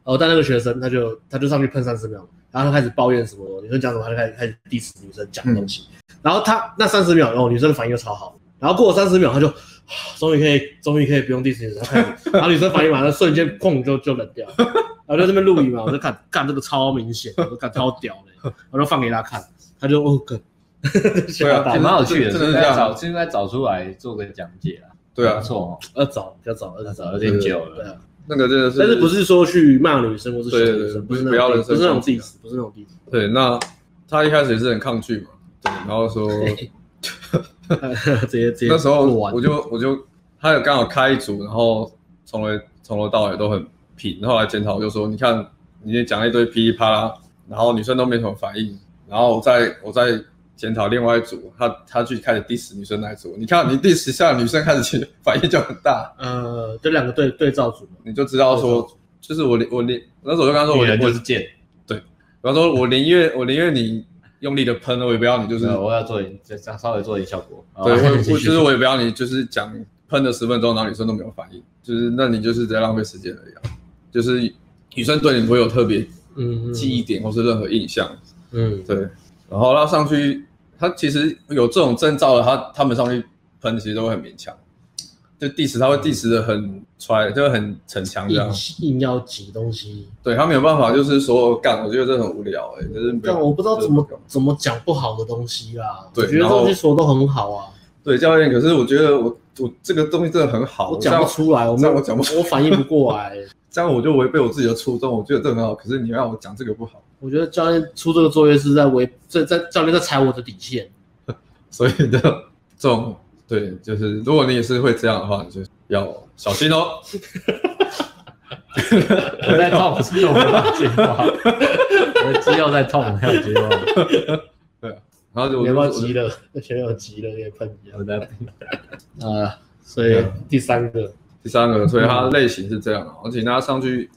Speaker 1: 呃我带那个学生，他就他就上去喷三十秒，然后他开始抱怨什么女生讲什么，他就开始开始 diss 女生讲的东西。然后他那三十秒，然后女生反应又超好，然后过了三十秒，他就啊终于可以终于可以不用 diss 女生，他开始然后女生反应马上瞬间砰就就冷掉了。然后就在那边录影嘛，我就看干这个超明显，我就干超屌的，我就放给他看，他就哦干， <laughs> 吓到
Speaker 3: 还
Speaker 2: 对啊
Speaker 3: 蛮有趣的，
Speaker 2: 真的是
Speaker 3: 应该
Speaker 2: 这样
Speaker 3: 找是应该找出来做个讲解啦。
Speaker 2: 对啊
Speaker 3: 不，错哦，
Speaker 1: 要找要找要
Speaker 3: 找
Speaker 1: 找
Speaker 3: 有
Speaker 1: 要
Speaker 3: 点
Speaker 1: 点
Speaker 3: 久
Speaker 1: 对
Speaker 3: 了。
Speaker 1: 啊，
Speaker 2: 那个真的是，
Speaker 1: 但是不是说去骂女生或是学
Speaker 2: 对对
Speaker 1: 女
Speaker 2: 对
Speaker 1: 生，不是
Speaker 2: 不
Speaker 1: 那
Speaker 2: 不要
Speaker 1: 种
Speaker 2: 人身
Speaker 1: 不是那种
Speaker 2: 攻击啊
Speaker 1: diss，不是那种 diss，
Speaker 2: 对？那他一开始也是很抗拒嘛，对，然后
Speaker 1: <laughs>
Speaker 2: 说
Speaker 1: 直接直接
Speaker 2: 那时候
Speaker 1: 做完
Speaker 2: 我就我就他有刚好开一组，然后从来从头到尾都很平，后来检讨就说，你看你也讲一堆噼里啪啦，然后女生都没什么反应，然后我再我再检讨另外一组，他他去开始 diss 女生那一组，你看你 diss 一下女生开始其实反应就很大，
Speaker 1: 呃，就两个对对照组嘛，
Speaker 2: 你就知道说，就是我连我连那时候我就跟他说
Speaker 3: 女
Speaker 2: 我
Speaker 3: 人
Speaker 2: 连
Speaker 3: 就
Speaker 2: 我
Speaker 3: 是贱，
Speaker 2: 比方说，我宁愿我宁愿你用力的喷，我也不要你就是
Speaker 3: 对，我要做点，再再稍微做点效果。
Speaker 2: 对，
Speaker 3: 好
Speaker 2: 我我
Speaker 3: 继
Speaker 2: 就
Speaker 3: 续
Speaker 2: 是我也不要你，就是讲喷了十分钟，然后女生都没有反应，就是那你就是在浪费时间而已、啊。就是女生对你不会有特别
Speaker 1: 嗯
Speaker 2: 记忆点或是任何印象，
Speaker 1: 嗯，
Speaker 2: 对。然后拉上去，他其实有这种征兆的，他他们上去喷其实都会很勉强，就 diss 他会 diss 的很揣，就会很逞强这
Speaker 1: 硬
Speaker 2: 样。
Speaker 1: 硬要挤东西，
Speaker 2: 对他没有办法，就是说干，我觉得这很无聊哎、就是没有
Speaker 1: 但我不知道怎么
Speaker 2: 这种
Speaker 1: 怎么讲不好的东西啦。
Speaker 2: 对
Speaker 1: 我觉得这
Speaker 2: 然后
Speaker 1: 东西说都很好啊，
Speaker 2: 对教练，可是我觉得我我这个东西真的很好，
Speaker 1: 我讲不出来，我没
Speaker 2: 这
Speaker 1: 有
Speaker 2: 样我讲不
Speaker 1: 我反应不过来。
Speaker 2: 这样我就违背我自己的初衷，我觉得这很好，可是你让我讲这个不好，
Speaker 1: 我觉得教练出这个作业是在违，在在教练在踩我的底线。
Speaker 2: 所以呢，这种对，就是如果你也是会这样的话，你就要小心哦。
Speaker 3: 我在痛，所以我没办法接话。我的肌肉在痛，没有接 <laughs> 话。
Speaker 2: 然后就
Speaker 1: 你
Speaker 2: 我
Speaker 1: 要不要
Speaker 2: 就我就
Speaker 1: 急了？那学友急了，也喷一样
Speaker 3: 我在
Speaker 1: 啊。所以第三个，
Speaker 2: 第三个，所以
Speaker 1: 嗯
Speaker 2: 它的类型是这样啊，我请大家上去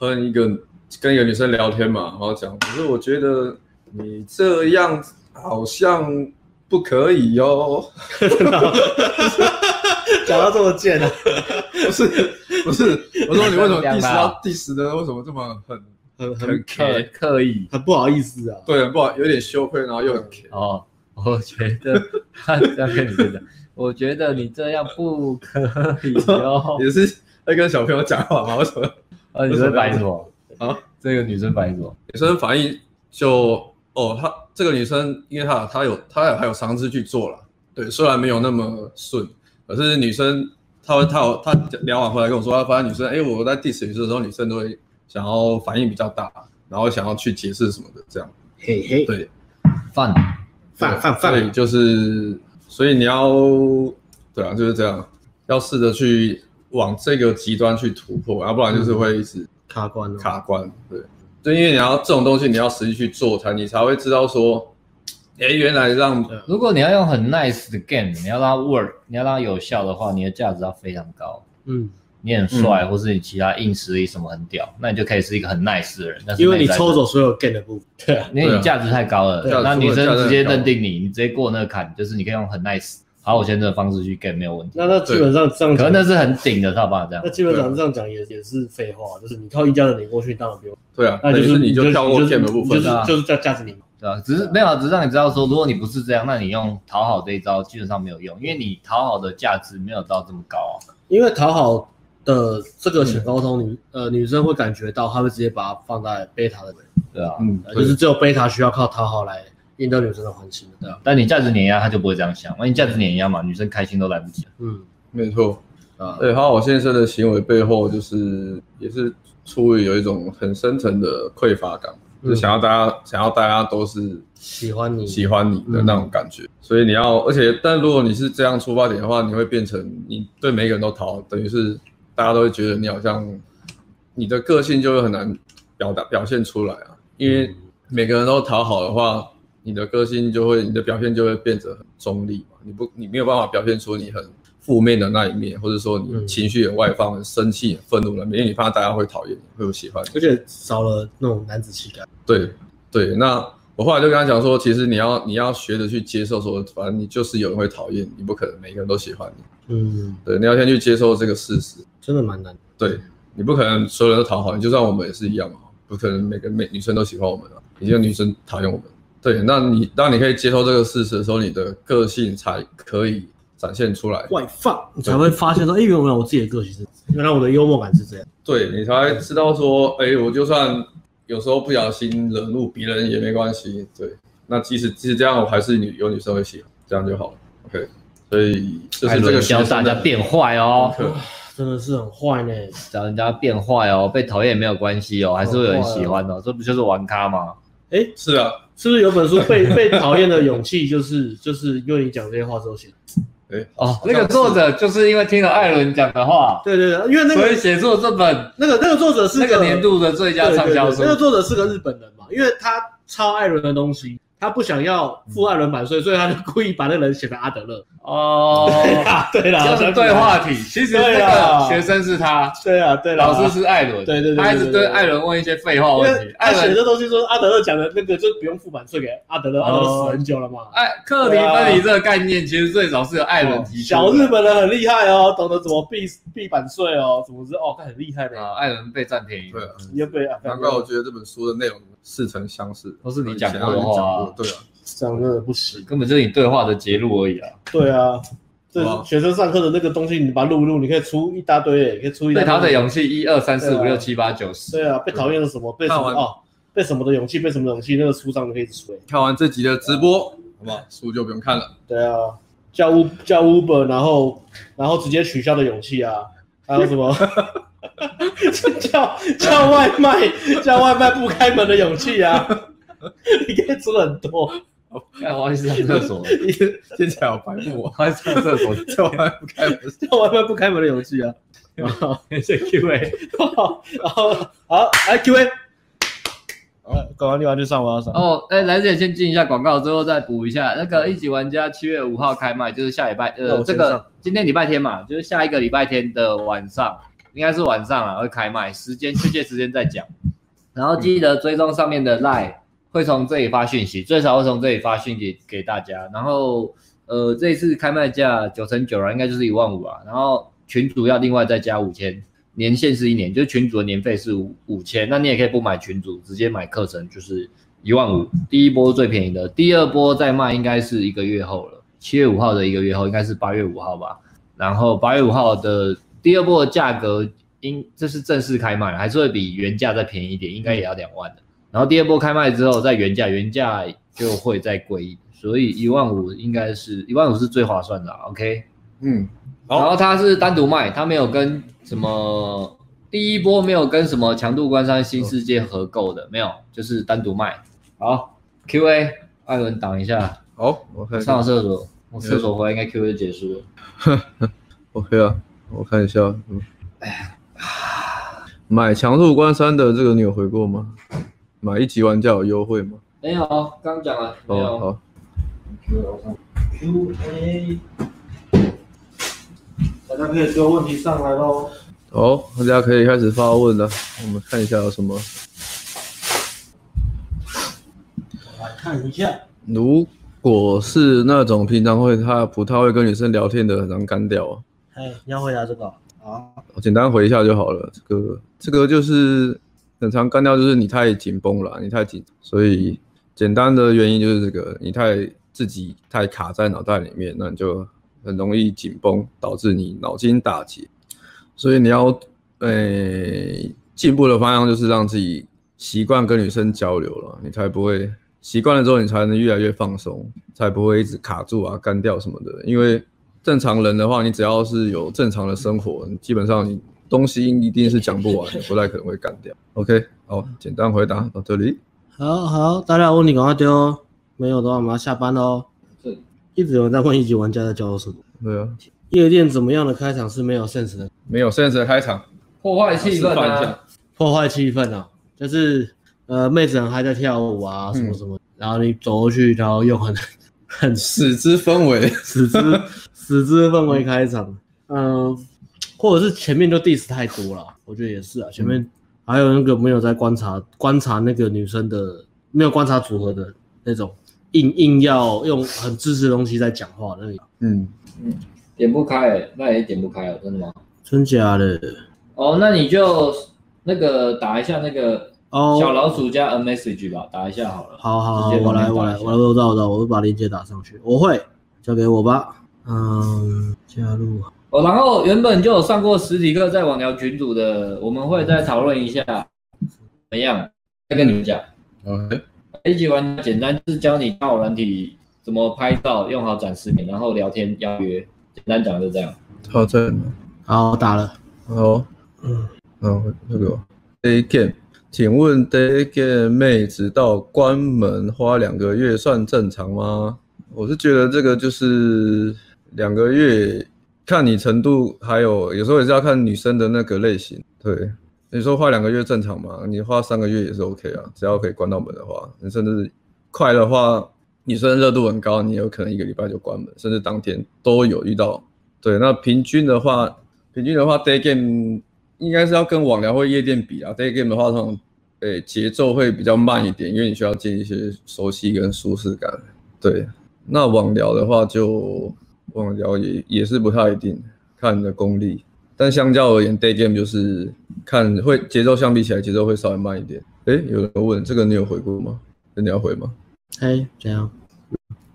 Speaker 2: 喷一个跟一个女生聊天嘛，然后讲，可是我觉得你这样好像不可以哦。
Speaker 1: 讲到这么贱啊，
Speaker 2: 不是不是，我说你为什么
Speaker 3: 这
Speaker 2: 第
Speaker 3: 样吧
Speaker 2: 十要第十呢？为什么这么很
Speaker 1: 很很
Speaker 2: 很
Speaker 3: 刻
Speaker 2: K？
Speaker 3: 刻意
Speaker 1: 很不好意思啊。
Speaker 2: 对，很不好，有点羞愧，然后又很 K。
Speaker 3: 哦， <laughs> 我觉得这样跟你真的，我觉得你这样不可以
Speaker 1: <laughs>
Speaker 3: 哦。
Speaker 2: 也是在跟小朋友讲话嘛？为什么 <laughs>
Speaker 3: 呃，女生反应什么？
Speaker 2: 啊？
Speaker 3: 这个女生反应什么？
Speaker 2: 女生反应就哦，她这个女生，因为她她有她有还有尝试去做了，对，虽然没有那么顺，可是女生她会她有她聊完回来跟我说，她发现女生，哎、我在 diss 女生的时候，女生都会想要反应比较大，然后想要去解释什么的，这样
Speaker 1: 嘿嘿，
Speaker 2: 对。
Speaker 3: 饭
Speaker 1: 犯犯
Speaker 2: 所以
Speaker 1: 犯，
Speaker 2: 就是，所以你要对啊，就是这样，要试着去往这个极端去突破，啊要不
Speaker 1: 嗯
Speaker 2: 然就是会一直
Speaker 1: 卡关哦了。
Speaker 2: 卡关。对，就因为你要这种东西，你要实际去做才，你才会知道说，哎、原来让
Speaker 1: 对
Speaker 3: 如果你要用很 nice 的 game，你要让它 work，你要让它有效的话，你的价值要非常高。
Speaker 1: 嗯，
Speaker 3: 你很帅，或是你其他硬实力什么很屌，那你就可以是一个很 nice 的人。但是
Speaker 1: 因为你
Speaker 3: 内在的
Speaker 1: 抽走所有 gain 的部分。对啊，
Speaker 3: 因为你价值太高了，
Speaker 2: 对啊
Speaker 3: 那女生
Speaker 2: 价值
Speaker 3: 直
Speaker 2: 很
Speaker 3: 接
Speaker 2: 高
Speaker 3: 认定你，你直接过那个坎，就是你可以用很 nice 好我先生的方式去 get 没有问题。
Speaker 1: 那那基本上这样
Speaker 3: 可
Speaker 1: 讲
Speaker 3: 能，那是很顶的，他爸这样
Speaker 1: 那。基本上这样讲也也是废话，就是你靠一家的拧过去，当然不用，
Speaker 2: 对啊，
Speaker 1: 那
Speaker 2: 等于
Speaker 1: 是
Speaker 2: 是你
Speaker 1: 就
Speaker 2: 就跳过 game 的部
Speaker 1: 你就
Speaker 2: 分
Speaker 1: 是
Speaker 2: 啊。
Speaker 3: 啊
Speaker 1: 就是叫价值拧。
Speaker 3: 对啊，只是没有啊，只是让你知道说，如果你不是这样，那你用讨好这一招基本上没有用，因为你讨好的价值没有到这么高、啊。
Speaker 1: 因为讨好的这个前沟通，女、
Speaker 2: 嗯
Speaker 1: 呃女生会感觉到，她会直接把它放在贝塔的位置，
Speaker 3: 对啊，
Speaker 2: 嗯，
Speaker 1: 呃就
Speaker 2: 对
Speaker 1: 是只有贝塔需要靠讨好来赢得女生的欢心对啊，
Speaker 3: 但你价值碾压，他就不会这样想。万一价值碾压嘛，女生开心都来不及了。
Speaker 1: 嗯，
Speaker 2: 没错。
Speaker 1: 啊，
Speaker 2: 对，好好先生的行为背后，就是也是出于有一种很深层的匮乏感，就
Speaker 1: 嗯
Speaker 2: 想要大家想要大家都是
Speaker 1: 喜欢你，
Speaker 2: 喜欢你的那种感觉。所以你要，而且，但如果你是这样出发点的话，你会变成你对每个人都讨，等于是大家都会觉得你好像你的个性就会很难表达表现出来啊，因为每个人都讨好的话，你的个性就会，你的表现就会变得很中立嘛，你不，你没有办法表现出你很。负面的那一面，或者说你
Speaker 1: 嗯
Speaker 2: 情绪很外放、很生气、很愤怒了，因为你怕大家会讨厌你，会不喜欢你。
Speaker 1: 而且少了那种男子气概，
Speaker 2: 对对，那我后来就跟他讲说，其实你要你要学着去接受说，反正你就是有人会讨厌你，你不可能每个人都喜欢你。
Speaker 1: 嗯，
Speaker 2: 对，你要先去接受这个事实。
Speaker 1: 真的蛮难的，
Speaker 2: 对，你不可能所有人都讨好你，就算我们也是一样嘛，不可能每个每女生都喜欢我们啊，也有女生讨厌我们。对，那你当你可以接受这个事实的时候，你的个性才可以展现出来，
Speaker 1: 外放，你才会发现说，哎、原来我自己的个性是，原来我的幽默感是这样，
Speaker 2: 对你才会知道说，哎、我就算有时候不小心惹怒别人也没关系。对，那即使即使这样，我还是女有女生会喜欢，这样就好了。OK，所以
Speaker 3: 啊
Speaker 2: 就是这个学
Speaker 3: 教
Speaker 2: 生
Speaker 3: 大
Speaker 2: 的
Speaker 3: 家变坏哦，
Speaker 2: 课
Speaker 1: 真的是很坏呢，
Speaker 3: 教人家变坏哦，被讨厌也没有关系哦，还是会有人喜欢哦，这不就是玩咖吗？
Speaker 1: 哎、
Speaker 2: 是啊，
Speaker 1: 是不是有本书 <laughs> 被被讨厌的勇气，就是就是因为你讲这些话之后写的？
Speaker 2: 哎、
Speaker 3: 哦，
Speaker 2: 那
Speaker 3: 那
Speaker 2: 个
Speaker 3: 个
Speaker 2: 作
Speaker 3: 作者就是因为听了艾伦讲的话，
Speaker 1: 对对对，因为那
Speaker 3: 所以
Speaker 1: 个
Speaker 3: 写作这本
Speaker 1: 那个那个作者是
Speaker 3: 那
Speaker 1: 个
Speaker 3: 个年度的最佳
Speaker 1: 对
Speaker 3: 畅
Speaker 1: 对
Speaker 3: 销
Speaker 1: 对
Speaker 3: 书
Speaker 1: 那。个作者是个日本人嘛，因为他超爱伦的东西，他不想要富艾伦版税，所以他就故意把那个人写成阿德勒。
Speaker 3: 哦，
Speaker 1: 啊， <laughs> 对
Speaker 3: 这
Speaker 1: 啦，
Speaker 3: 样
Speaker 1: 我想
Speaker 3: 的
Speaker 1: 起来
Speaker 3: <laughs> 对话
Speaker 1: 了，
Speaker 3: 体，其实
Speaker 1: 对
Speaker 3: 那
Speaker 1: 啦
Speaker 3: 个学生是他，
Speaker 1: 对啊，对啦，
Speaker 3: <laughs> 老师是艾伦，
Speaker 1: 对对对对
Speaker 3: 他一直
Speaker 1: 对对
Speaker 3: 对
Speaker 1: 对
Speaker 3: 艾伦问一些废话
Speaker 1: 因
Speaker 3: 问
Speaker 1: 为
Speaker 3: 题，
Speaker 1: 他
Speaker 3: 艾
Speaker 1: 写
Speaker 3: 伦
Speaker 1: 这东西说阿德勒讲的那个就不用付版税给阿德勒，阿德勒死很久了嘛。
Speaker 3: 艾克里分离这个概念，其实最早是由艾伦提出的
Speaker 1: 哦小日本人很厉害哦，懂得怎么避避版税哦，怎么是哦，他很厉害的。
Speaker 3: 啊，艾伦被占便宜，
Speaker 2: 对啊，
Speaker 1: 也被啊，
Speaker 2: 难怪我觉得这本书的内容似曾相识，
Speaker 3: 都是你讲过
Speaker 2: 以
Speaker 3: 的
Speaker 2: 前
Speaker 3: 话啊
Speaker 2: 我也讲过，对啊，
Speaker 1: 讲的不行。
Speaker 3: 根本就是你对话的截录而已啊。
Speaker 1: 对啊，这
Speaker 2: 哇
Speaker 1: 学生上课的那个东西，你把它录一录，你可以出一大堆耶，你可以出一大
Speaker 3: 被
Speaker 1: 堆。
Speaker 3: 淘的勇气，一二三四
Speaker 1: 对啊
Speaker 3: 五六七八九十，
Speaker 1: 啊对啊，被讨厌的什么，被什
Speaker 2: 看
Speaker 1: 么
Speaker 2: 完
Speaker 1: 哦，被什么的勇气，被什么的勇气，那个书上就可以一直吹。
Speaker 2: 看完这集的直播，好不好？书就不用
Speaker 3: <laughs>
Speaker 2: 看了。
Speaker 1: 对啊，叫 U 叫 Uber，然后然后直接取消的勇气啊，还有什么？ <laughs> 叫叫外卖，叫外卖不开门的勇气啊！你可以吃很多，
Speaker 3: 哎，我要去上厕所，
Speaker 2: 听起来好白目 <laughs> 啊！
Speaker 3: 我要去上厕所。
Speaker 2: 这玩意不开门，
Speaker 1: 叫外卖不开门的勇
Speaker 3: <laughs>
Speaker 1: 气啊！然后，
Speaker 3: 谢 Q
Speaker 1: <laughs>
Speaker 3: A，
Speaker 1: 然后，好，来 Q A，呃，搞完你完就上，我要上。
Speaker 3: 哦，哎，来之前先进一下广告，之后再补一下。那个一级玩家七月五号开卖，就是下礼拜，
Speaker 1: 嗯那我
Speaker 3: 呃，
Speaker 1: 先
Speaker 3: 这
Speaker 1: 上
Speaker 3: 个今天礼拜天嘛，就是下一个礼拜天的晚上，应该是晚上啊会开卖，时间确切时间再
Speaker 1: <laughs>
Speaker 3: 讲。然后记得追踪上面的 line，会从这里发讯息，最少会从这里发讯息给大家。然后呃，这一次开卖价九乘九了，应该就是一万五啊。然后群主要另外再加五千，年限是一年，就是群主的年费是五五千。那你也可以不买群主，直接买课程，就是一万五。第一波最便宜的，第二波再卖应该是一个月后了，七月五号的一个月后，应该是八月五号吧。然后八月五号的第二波的价格，应这是正式开卖，还是会比原价再便宜一点，应该也要两万的。然后第二波开卖之后再原价，原价就会再贵一点，所以一万五应该是一万五是最划算的啊，OK
Speaker 2: 嗯，好
Speaker 3: 然后它是单独卖，它没有跟什么第一波没有跟什么强度关山新世界合购的，没有，就是单独卖。好，Q&A，艾伦挡一下，
Speaker 2: 好我看一
Speaker 3: 上
Speaker 2: 下
Speaker 3: 个厕所，我厕所回来应该 Q&A 结束了。
Speaker 2: ，OK 啊，我看一下，嗯，买《强入关山》的这个你有回过吗？买一级玩家有优惠吗？
Speaker 3: 没有，啊刚讲了，没
Speaker 2: 哦，
Speaker 3: 有。
Speaker 2: 好，
Speaker 1: Q&A，大家可以丢问题上来喽。
Speaker 2: 好，大家可以开始发问了。我们看一下有什么。
Speaker 1: 来看一下，
Speaker 2: 如果是那种平常会他不太会跟女生聊天的，很难干掉啊。
Speaker 1: 哎，你要回答这个啊？
Speaker 2: 我简单回一下就好了。这个这个就是很常干掉，就是你太紧绷了，你太紧，所以简单的原因就是这个，你太自己太卡在脑袋里面，那你就很容易紧绷，导致你脑筋打结。所以你要诶进步的方向就是让自己习惯跟女生交流了，你才不会习惯了之后，你才能越来越放松，才不会一直卡住啊、干掉什么的。因为正常人的话，你只要是有正常的生活，你基本上你东西一定是讲不完的，不太可能会干掉。OK，好，简单回答到这里。
Speaker 1: 好好，大家有问题赶快丢哦，没有的话我们要下班喽
Speaker 3: 是。
Speaker 1: 一直有人在问一级玩家在教什么，
Speaker 2: 对啊，
Speaker 1: 夜店怎么样的开场是没有 sense 的，
Speaker 2: 没有 sense 的开场，
Speaker 3: 破坏气
Speaker 2: 示
Speaker 3: 氛
Speaker 2: 范一
Speaker 3: 啊
Speaker 2: 下！。
Speaker 1: 破坏气氛啊，就是呃妹子很嗨在跳舞啊什么什么，然后你走过去，然后用很 <laughs> 很
Speaker 2: 死之氛围，
Speaker 1: 死之死之氛围开场，嗯，或者是前面就 diss 太多了，我觉得也是啊。前面还有那个没有在观察观察那个女生的，没有观察组合的那种，硬硬要用很知识的东西在讲话那个，
Speaker 2: 嗯，
Speaker 3: 点不开、欸，那也点不开哦，真的吗？
Speaker 1: 真假的
Speaker 3: 哦，那你就那个打一下那个
Speaker 1: 哦。
Speaker 3: 小老鼠加 N message 吧，打一下好了。
Speaker 1: 好好好，
Speaker 3: 直接
Speaker 1: 我来
Speaker 3: 帮你
Speaker 1: 我
Speaker 3: 打
Speaker 1: 来
Speaker 3: 一下
Speaker 1: 我来，我知道我知道，我会把链接打上去，我会交给我吧。嗯，加入
Speaker 3: 哦，然后原本就有上过实体课，在网聊群组的，我们会再讨论一下怎么样，再跟你们讲。
Speaker 2: o k
Speaker 3: 一起玩简单就是教你套软体怎么拍照，用好展示面，然后聊天邀约，简单讲就这样。
Speaker 2: 好，再来
Speaker 1: 好，我打了。
Speaker 2: 好，
Speaker 1: 嗯
Speaker 2: 嗯，那个 day game，请问 day game 妹直到关门花两个月算正常吗？我是觉得这个就是两个月，看你程度，还有有时候也是要看女生的那个类型。对，你说花两个月正常吗？你花三个月也是 OK 啊，只要可以关到门的话，你甚至快的话，女生热度很高，你有可能一个礼拜就关门，甚至当天都有遇到。对，那平均的话，平均的话，day game 应该是要跟网聊或夜店比啊。day game 的话，通常诶节奏会比较慢一点，因为你需要建立一些熟悉跟舒适感。对，那网聊的话就网聊也也是不太一定，看你的功力。但相较而言，day game 就是看会节奏相比起来，节奏会稍微慢一点。诶，有人问这个你有回过吗？那你要回吗？
Speaker 1: 哎，怎样？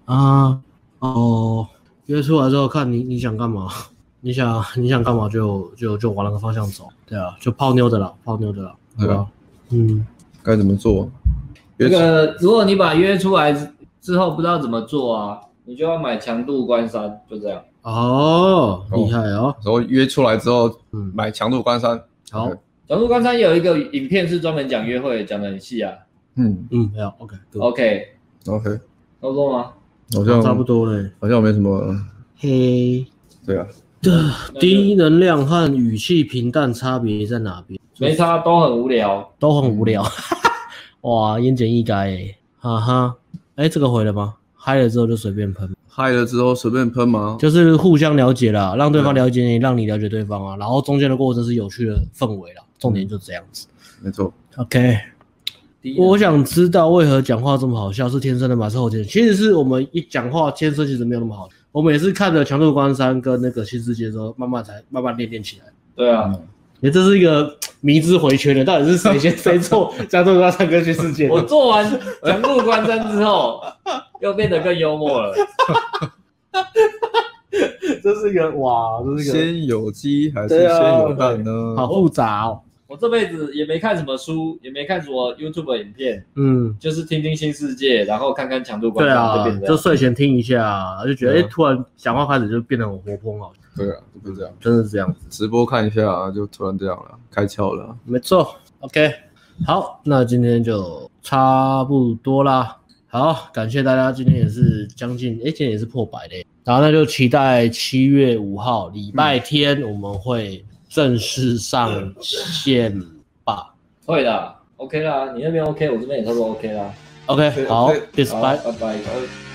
Speaker 1: 啊，哦，约出来之后看你你想干嘛， <laughs> 你想你想干嘛就就就往那个方向走，对啊，就泡妞的啦，泡妞的啦，对吧、嗯，
Speaker 2: 该怎么做？
Speaker 3: 这
Speaker 2: 约
Speaker 3: 个如果你把约出来之后不知道怎么做啊，你就要买强度关山，就这样。
Speaker 1: 哦，厉害哦，
Speaker 2: 然后约出来之后
Speaker 1: 嗯，
Speaker 2: 买强度关山。
Speaker 1: 好，
Speaker 3: 强度关山有一个影片是专门讲约会，讲的很细啊。
Speaker 2: 嗯
Speaker 1: 嗯，没有，OK，对
Speaker 3: OK，
Speaker 2: ，OK，
Speaker 3: 差不多吗？
Speaker 2: 好像
Speaker 1: 差不，多嘞。
Speaker 2: 好像没什么。
Speaker 1: 嘿，
Speaker 2: 对啊，
Speaker 3: 那就
Speaker 1: 低能量和语气平淡差别在哪边？
Speaker 3: 没差，都很无聊。
Speaker 1: 都很无聊。哇，言简意赅欸，哈哈。哎，这个回了吗？嗨了之后就随便喷，
Speaker 2: 嗨了之后随便喷吗？
Speaker 1: 就是互相了解啦，让对方了解你，让你了解对方啊。然后中间的过程是有趣的氛围啦，重点就这样子。
Speaker 2: 没错，
Speaker 1: 嗯 OK，
Speaker 3: 第一
Speaker 1: 我想知道为何讲话这么好笑，是天生的吗？是后天的？其实是我们一讲话天生其实没有那么好，我们也是看着《强度关山》跟那个《新世界》之后，慢慢才慢慢练练起来。
Speaker 3: 对啊，
Speaker 1: <laughs> 也这是一个迷之回圈的，到底是谁先 <laughs> 谁做《强度关山》跟《新世界》？
Speaker 3: 我做完强度关山之后， <laughs> 又变得更幽默了。
Speaker 1: 这是一个哇，这是一个
Speaker 2: 先有鸡还是
Speaker 1: 对
Speaker 2: 先
Speaker 1: 啊
Speaker 2: 有蛋呢？
Speaker 1: 好复杂哦。
Speaker 3: 我这辈子也没看什么书，也没看什么 YouTube 影片，
Speaker 1: 嗯，
Speaker 3: 就是听听新世界，然后看看强度关
Speaker 1: 对
Speaker 3: 山就
Speaker 1: 啊
Speaker 3: 变，嗯这
Speaker 1: 就
Speaker 3: 样。
Speaker 1: 睡前听一下，就觉得哎、
Speaker 2: 对啊
Speaker 1: 诶突然讲话开始就变得很活泼了，
Speaker 2: 对啊，就这样。
Speaker 1: 真的是这样子，
Speaker 2: 直播看一下啊，就突然这样了，开窍了啊。
Speaker 1: 没错。OK，好，那今天就差不多啦。好，感谢大家，今天也是将近，哎、今天也是破百嘞。然后那就期待七月五号礼
Speaker 3: 嗯
Speaker 1: 拜天、我们会正式上线吧。
Speaker 3: 会的，OK 啦，你那边 OK，我这边也差不多 OK 啦。
Speaker 1: OK，好
Speaker 2: OK，
Speaker 1: ，peace，
Speaker 3: 好，
Speaker 1: 拜。
Speaker 3: 拜拜。